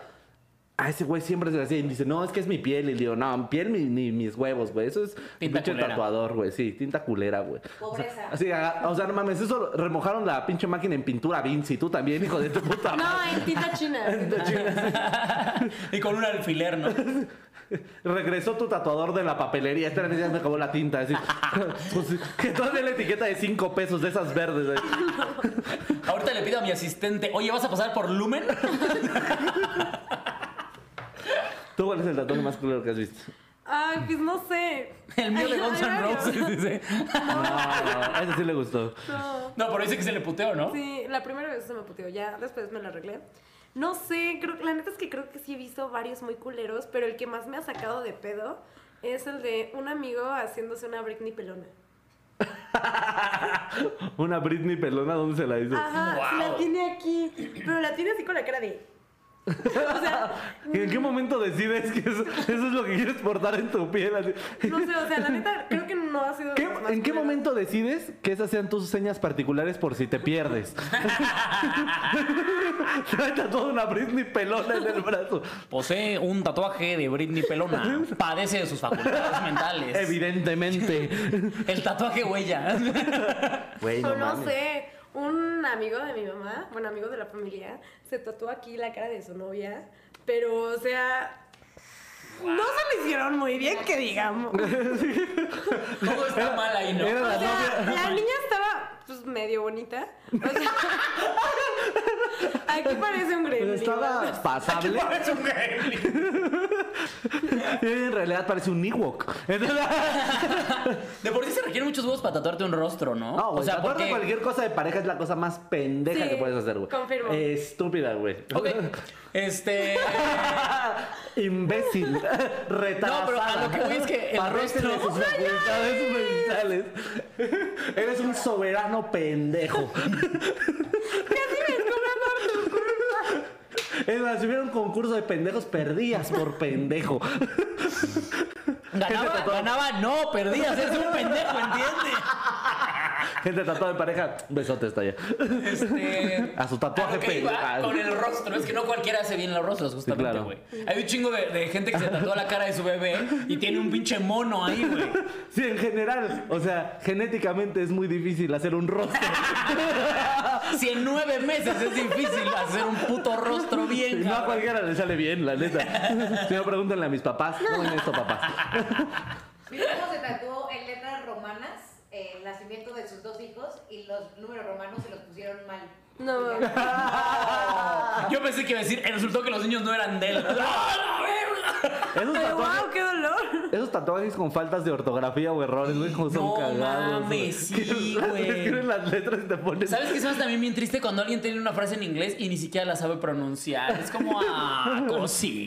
A ese güey siempre se le hacía y me dice, no, es que es mi piel. Y le digo, no, piel ni, ni mis huevos, güey. Eso es un
Tinta
pinche
culera.
tatuador, güey. Sí, tinta culera, güey. O sea,
Pobreza.
así, aga- o sea, no mames, eso lo- remojaron la pinche máquina en pintura Vinci. Tú también, hijo de tu puta madre.
No, en tinta china.
y con un alfiler, ¿no?
Regresó tu tatuador de la papelería. Este ya me acabó la tinta. Así, Pues, que todavía la etiqueta de cinco pesos de esas verdes, güey.
Ahorita le pido a mi asistente, oye, ¿vas a pasar por Lumen?
¿Tú cuál es el tatuaje más culero que has visto?
Ay, pues no sé.
El mío de
Ay,
Guns
ay,
N'
ay,
Roses, dice.
No, no, ese sí le gustó.
No.
No, pero dice que se le puteó, ¿no?
Sí, la primera vez se me puteó, ya después me la arreglé. No sé, creo, la neta es que creo que sí he visto varios muy culeros, pero el que más me ha sacado de pedo es el de un amigo haciéndose una Britney pelona.
Una Britney pelona, ¿dónde se la hizo?
Ajá,
Wow.
sí la tiene aquí, pero la tiene así con la cara de... O sea,
¿En qué momento decides que eso, eso es lo que quieres portar en tu piel? así?
no sé, o sea, la neta creo que no ha sido... de
¿Qué-
los más
¿En qué
culeros.
momento decides que esas sean tus señas particulares por si te pierdes? Trae toda una Britney pelona en el brazo.
Posee un tatuaje de Britney Pelona. Padece de sus facultades mentales.
Evidentemente.
El tatuaje huella.
Güey,
O
no
no
mames.
sé, un amigo de mi mamá, bueno, amigo de la familia, se tatuó aquí la cara de su novia, pero, o sea, no se lo hicieron muy bien, que digamos. O
Todo está mal ahí, ¿no?
Era la novia.
sea, la niña estaba, pues, medio bonita. O sea, aquí parece un gremlin.
Pues, Estaba pasable.
Es un gremlin.
y En realidad parece un Ewok. Entonces-
De por sí se requieren muchos huevos para tatuarte un rostro, ¿no?
No, güey,
o sea,
tatuarte
porque...
cualquier cosa de pareja es la cosa más pendeja
Sí,
que puedes hacer, güey.
confirmo.
Estúpida, güey.
Ok, este...
Imbécil. Retrasada.
No, pero a lo que voy es que el ¡Oh,
Parece de
rostro-
sus facultades mentales. Eres un soberano pendejo. Es más, si hubiera un concurso de pendejos, perdías por pendejo. Este
Ganaba, ganaba, no, perdías, es un pendejo, ¿entiendes?
Gente tatuada en pareja, besote está allá.
Este,
A su tatuaje
a lo que iba,
pendeja.
Con el rostro. Es que no cualquiera hace bien los rostros, justamente,
claro.
güey. Hay un chingo de, de gente que se tatúa la cara de su bebé y tiene un pinche mono ahí, güey.
Sí, en general. O sea, genéticamente es muy difícil hacer un rostro.
Si en nueve meses es difícil hacer un puto rostro bien,
No a
cabrón.
cualquiera le sale bien, la neta. Si no, pregúntenle a mis papás. ¿Cómo es esto, papás?
Mira cómo se tatuó en letras romanas eh, el nacimiento de sus dos hijos y los números romanos se los pusieron mal.
No.
Yo pensé que iba a decir, eh, resultó que los niños no eran de él. ¡No, la verga!
Esos
Pero
tatuajes,
wow, qué dolor.
esos tatuajes con faltas de ortografía o errores, güey, como son
No
cagados.
mames,
güey.
sí,
Que las-
güey.
Escriben las letras y te ponen.
¿Sabes qué es también bien triste cuando alguien tiene una frase en inglés y ni siquiera la sabe pronunciar? Es como, ah,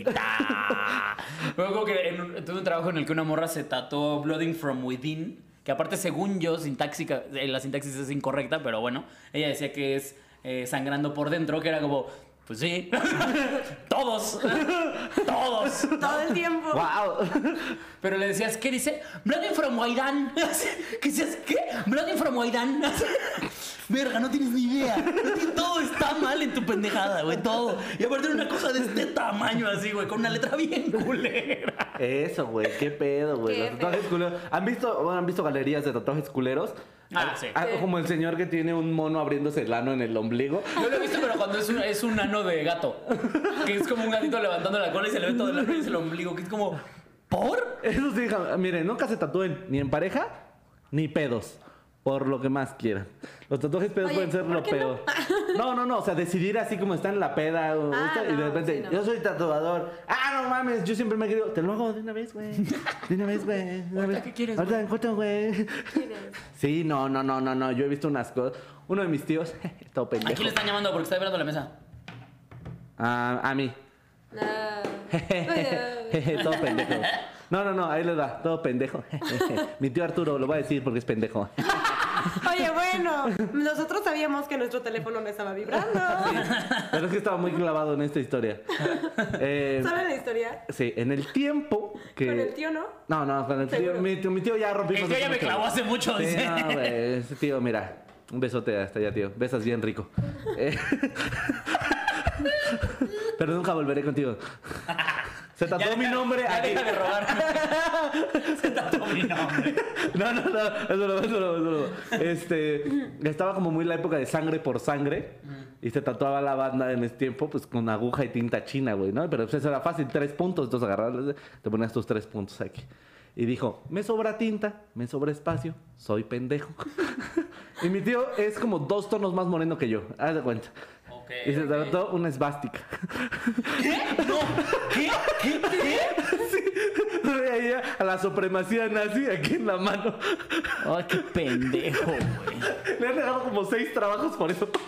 cosita. Luego como que en un- tuve un trabajo en el que una morra se tatuó Blooding from Within, que aparte según yo, sintáxica, eh, la sintaxis es incorrecta, pero bueno, ella decía que es eh, sangrando por dentro, que era como, pues sí, todos, todos.
Todo el tiempo.
¡Wow!
Pero le decías, ¿qué dice? Blooding from Waidan. ¿Qué dices? ¿Qué? Blooding from Waidan. Verga, no tienes ni idea. No tienes- Todo está mal en tu pendejada, güey. Todo. Y aparte era una cosa de este tamaño así, güey, con una letra bien culera.
Eso, güey, qué pedo, güey.
Qué
Los tatuajes culeros. ¿Han visto, bueno, han visto galerías de tatuajes culeros?
Ah, sí.
Sí.
como el señor que tiene un mono abriéndose el ano en el ombligo.
Yo lo he visto, pero cuando es un, es un ano de gato. Que es como un gatito levantando la cola y se le ve todo el ano y se el ombligo. Que es como, ¿por?
Eso sí, ja- miren, nunca se tatúen ni en pareja ni pedos. Por lo que más quieran. Los tatuajes pedos
Oye,
pueden ser
¿por
lo
qué no?
peor. No, no, no. O sea, decidir así como está en la peda. o
Ah,
esto, y de
no,
repente,
sí, no.
yo soy tatuador. Ah, no mames. Yo siempre me he querido. Te lo hago de una vez, güey. De una vez, güey. de una
Ahorita,
vez.
¿qué quieres,
Ahorita encuentro, güey. Sí, no, no, no, no, no. Yo he visto unas cosas. Uno de mis tíos. Todo
¿A quién
pendejo.
le están llamando? Porque está vibrando la mesa.
A, a mí.
Ah.
todo pendejo. No, no, no, ahí les va, todo pendejo. Mi tío Arturo lo va a decir porque es pendejo.
Oye, bueno, nosotros sabíamos que nuestro teléfono no estaba vibrando.
Pero es que estaba muy clavado en esta historia. Eh,
¿Solo en la historia?
sí, en el tiempo que.
Con el tío, ¿no?
No, no, con el tío.
Seguro.
Mi, tío- mi tío ya rompió
El
con
tío
ese
ya me
mucho.
clavó hace mucho,
Sí,
dice.
no, güey, ese tío, mira. Un besote hasta allá, tío. Besas bien rico. Eh, Pero nunca volveré contigo. Se
Ya
tatuó mi
deja-
nombre
Ya
aquí.
deja de robarme. Se tatuó mi nombre.
No, no, no, eso no, eso no, eso no. Este, estaba como muy la época de sangre por sangre y se tatuaba la banda en ese tiempo, pues con aguja y tinta china, güey, ¿no? Pero pues, eso era fácil, tres puntos, entonces agarrabas, te ponías tus tres puntos aquí. Y dijo, me sobra tinta, me sobra espacio, soy pendejo. y mi tío es como dos tonos más moreno que yo, haz de cuenta.
Ok,
y se
ok.
trató una esvástica.
¿Qué? No. ¿Qué? ¿Qué? ¿Qué?
Sí, traía a la supremacía nazi aquí en la mano.
Ay, qué pendejo, güey.
Le han dejado como seis trabajos por eso.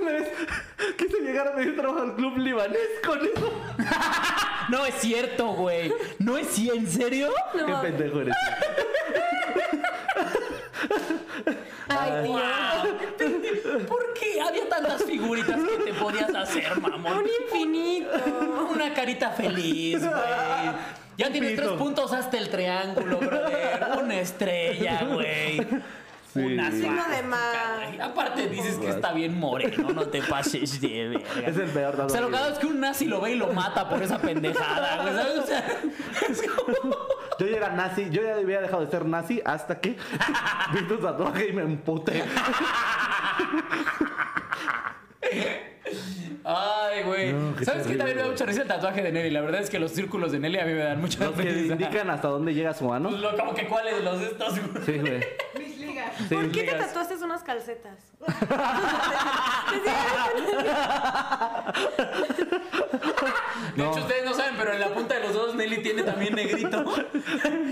Una vez quise llegar a pedir trabajo al club libanés con eso.
No es cierto, güey. No es cierto, ¿en serio?
No
Qué
mames.
pendejo eres.
Ay, tío.
Wow. ¿Por qué había tantas figuritas que te podías hacer, mamón?
Un infinito.
Una carita feliz, güey. Ya
Un
tienes
pito.
tres puntos hasta el triángulo, brother. Una estrella, güey.
Sí.
Una
Signo de
suástica,
más.
güey. Aparte dices que está bien moreno, no te pases de verga.
Es el peor
O sea, lo que hago es que un nazi lo ve y lo mata por esa pendejada, güey, ¿sabes? O sea, es como...
Yo ya era nazi, yo ya había dejado de ser nazi hasta que vi tu tatuaje y me emputé.
Ay, güey.
No, qué
¿Sabes qué?
terrible,
También me da
güey.
mucha risa el tatuaje de Nelly. La verdad es que los círculos de Nelly a mí me dan mucha
Los que
risa.
indican hasta dónde llega su ano.
Lo- como que cuáles los de estos, güey.
Sí, güey.
Mis ligas.
Sí.
¿Por qué te
Ligas.
tatuaste unas calcetas?
De
No.
hecho, ustedes no saben, pero en la punta de los dedos Nelly tiene también negrito.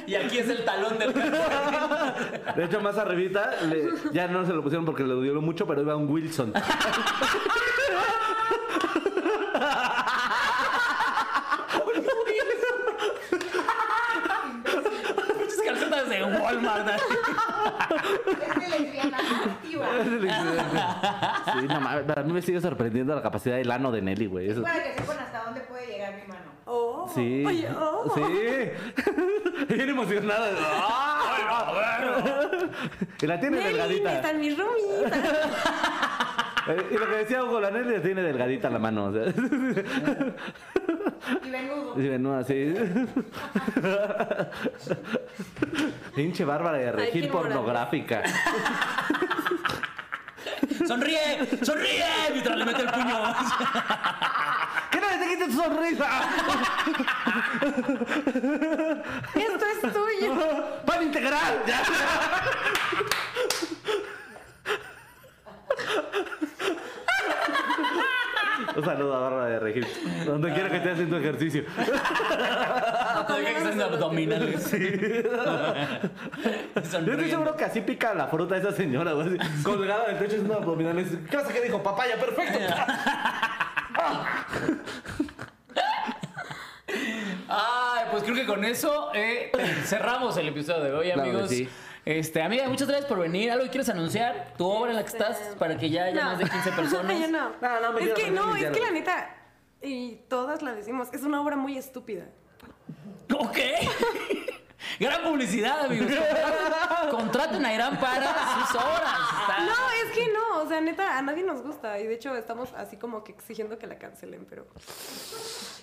y aquí es el talón del calzón.
De hecho, más arribita, le- ya no se lo pusieron porque le dolió mucho, pero iba un Wilson.
Muchas calcetas de Walmart. así.
Es de lesbiana activa.
Sí, no mames, para mí me sigue sorprendiendo la capacidad del ano de Nelly, güey. Eso-
Para que sepan hasta dónde puede llegar mi mano.
Oh.
Sí.
Oye, oh.
Sí. Bien emocionada. ¡Ah!
Ay,
Y la tiene
Nelly,
delgadita.
están mis roomies.
Eh, Y lo que decía Hugo, la Nelly la tiene delgadita la mano. O sea,
Y venudo.
y no así. Pinche bárbara de
Ay,
regir
qué moral.
pornográfica.
¡Sonríe! ¡Sonríe! Mientras le mete el puño.
¿Qué no le quita tu sonrisa?
Esto es tuyo.
¡Pan integral! Ya. Un saludo a Bárbara de Regir. Donde quiera que esté haciendo ejercicio.
Todavía que están haciendo abdominales.
Yo estoy
Sonríe.
seguro que así pica la fruta esa señora, güey. así, Colgada del techo haciendo abdominales. ¿Qué pasa que dijo? Papaya, perfecto.
Ay, pues creo que con eso eh, cerramos el episodio de hoy,
Claro que
amigos.
sí.
Este, amiga, muchas gracias por venir. ¿Algo que quieres anunciar? ¿Tu obra en la que estás? Para que ya haya más de 15
Yo
personas.
no.
No, no, me quiero
es que
aprender
no,
mis
es que la
diálogos.
neta, y todas la decimos, es una obra muy estúpida.
Ok. Gran publicidad, amigos. Contraten a Irán para sus obras.
Ah.
Está-
No, es que no, o sea, neta, a nadie nos gusta. Y de hecho, estamos así como que exigiendo que la cancelen, pero.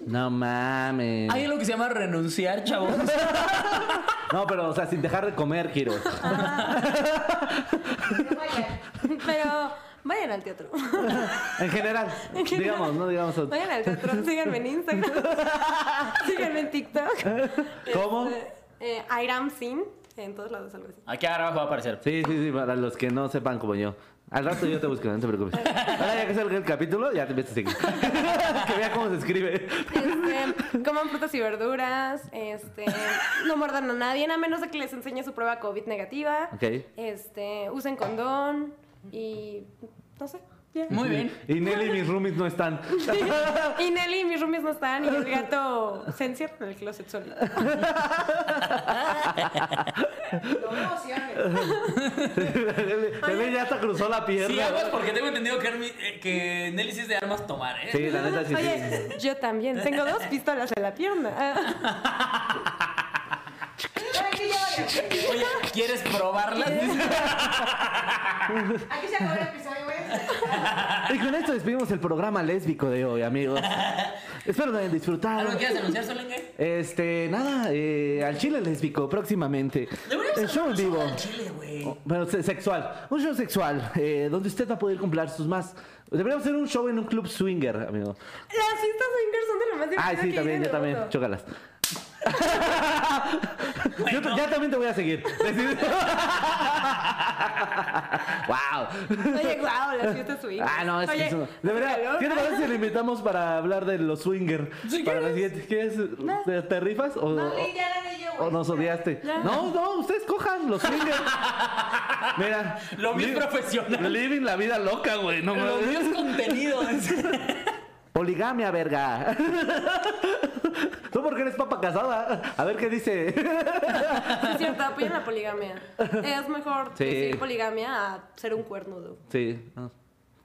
No mames.
Hay algo que se llama renunciar, chavos.
No, pero, o sea, sin dejar de comer, Giro.
Pero vaya.
Pero vayan al teatro.
En general,
En general.
digamos, no digamos.
Vayan al teatro, síganme en Instagram. síganme en TikTok.
¿Cómo?
Este, eh, Iram Sin, en todos lados, algo así.
Aquí abajo va a aparecer.
Sí, sí, sí, para los que no sepan como yo. Al rato yo te busco, no te preocupes. Ahora ya que salga el capítulo, ya te ves a seguir. que vea cómo se escribe.
Este, coman frutas y verduras, este, no muerdan a nadie, a menos de que les enseñe su prueba COVID negativa.
Ok.
Este, usen condón y no sé. ya.
Muy bien.
Y Nelly y mis roomies no están.
Y Nelly y mis roomies no están y el gato se encierra en el closet solo.
No me emociones.
Nelly ya hasta cruzó la pierna.
Sí, aguas porque tengo entendido que, Hermi- eh, que Nelly sí es de armas tomar, ¿eh?
Sí, la neta sí, sí.
Oye, yo también tengo dos pistolas en la pierna. Ah,
Pero aquí ya vaya.
Oye, ¿quieres probarlas?
Aquí se acabó el episodio, güey.
Y con esto despedimos el programa lésbico de hoy, amigos. Espero lo hayan disfrutado.
¿Algo que quieras anunciar, Solengue?
Este, nada, eh, al chile lésbico próximamente.
Deberíamos
El
hacer
show en
un
vivo.
al Chile, güey.
Bueno, se- sexual. Un show sexual, eh, donde usted va a poder comprar sus más. Deberíamos hacer un show en un club swinger, amigo.
Las fiestas swingers son de lo más divertido
Ay, Ah, sí,
que
también,
hay en
yo
el
también.
mundo.
Chócalas. Yo t- ya también te voy a seguir. wow.
Oye, guau, las fiestas swingers.
Ah, no, es que
Oye,
eso. De verdad,
calor.
¿qué te parece si le invitamos para hablar de los swinger?
Si
para la
quieres.
siguiente, ¿quieres? ¿Te, te rifas? O,
No,
o-
y ya gané yo, güey.
o nos odiaste.
Ya.
No, no, ustedes cojan los swinger. Mira.
Lo bien
li-
profesional.
Living la vida loca, güey. No
Lo
mames.
mío es contenido.
Poligamia, verga. ¿Tú porque eres papa casada? A ver qué dice.
Ah, Sí, Es cierto, apoyen la poligamia. Es mejor
Sí.
decir poligamia a ser un cuernudo.
Sí. no.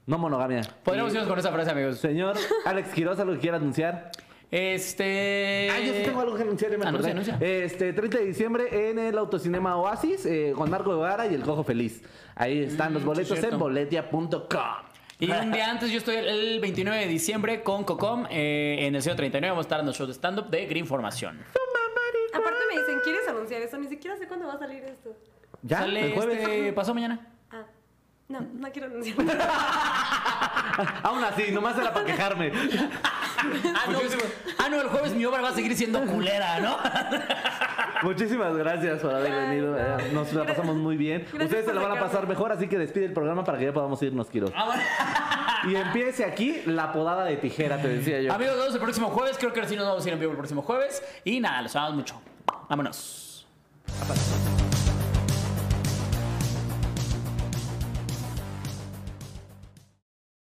No monogamia.
Podríamos irnos con esa frase, amigos.
Señor Alex Quiroz, ¿algo que quiera anunciar?
Este.
Ah, yo sí tengo algo que anunciar, ya me
Anuncia,
acordé.
anuncia.
Este, 30 de diciembre en el Autocinema Oasis eh, con Marco Guevara y El Cojo Feliz. Ahí están los
Mm, sí,
boletos
cierto.
en boletia.com.
Y un día antes, yo estoy el 29 de diciembre con Cocom eh, en el 039. Vamos a estar en los shows de stand-up de Green Formación.
Aparte me dicen, ¿quieres anunciar eso? Ni siquiera sé cuándo va a salir esto.
¿Ya?
Sale
¿El jueves?
este, pasó mañana.
Ah, no, no quiero anunciar.
Aún así, nomás era para quejarme.
Ah, no, ah, no, el jueves mi obra va a seguir siendo culera, ¿no?
Muchísimas gracias por haber
Ay,
venido.
no.
eh, Nos la pasamos muy bien.
Gracias
Ustedes se
por
la van a
sacarme.
pasar mejor, así que despide el programa para que ya podamos irnos, Quiroz.
Ah,
Y empiece aquí la podada de tijera, te decía yo.
Amigos, nos vemos el próximo jueves. Creo que sí nos vamos a ir en vivo el próximo jueves. Y nada, los amamos mucho. Vámonos.
Aparte.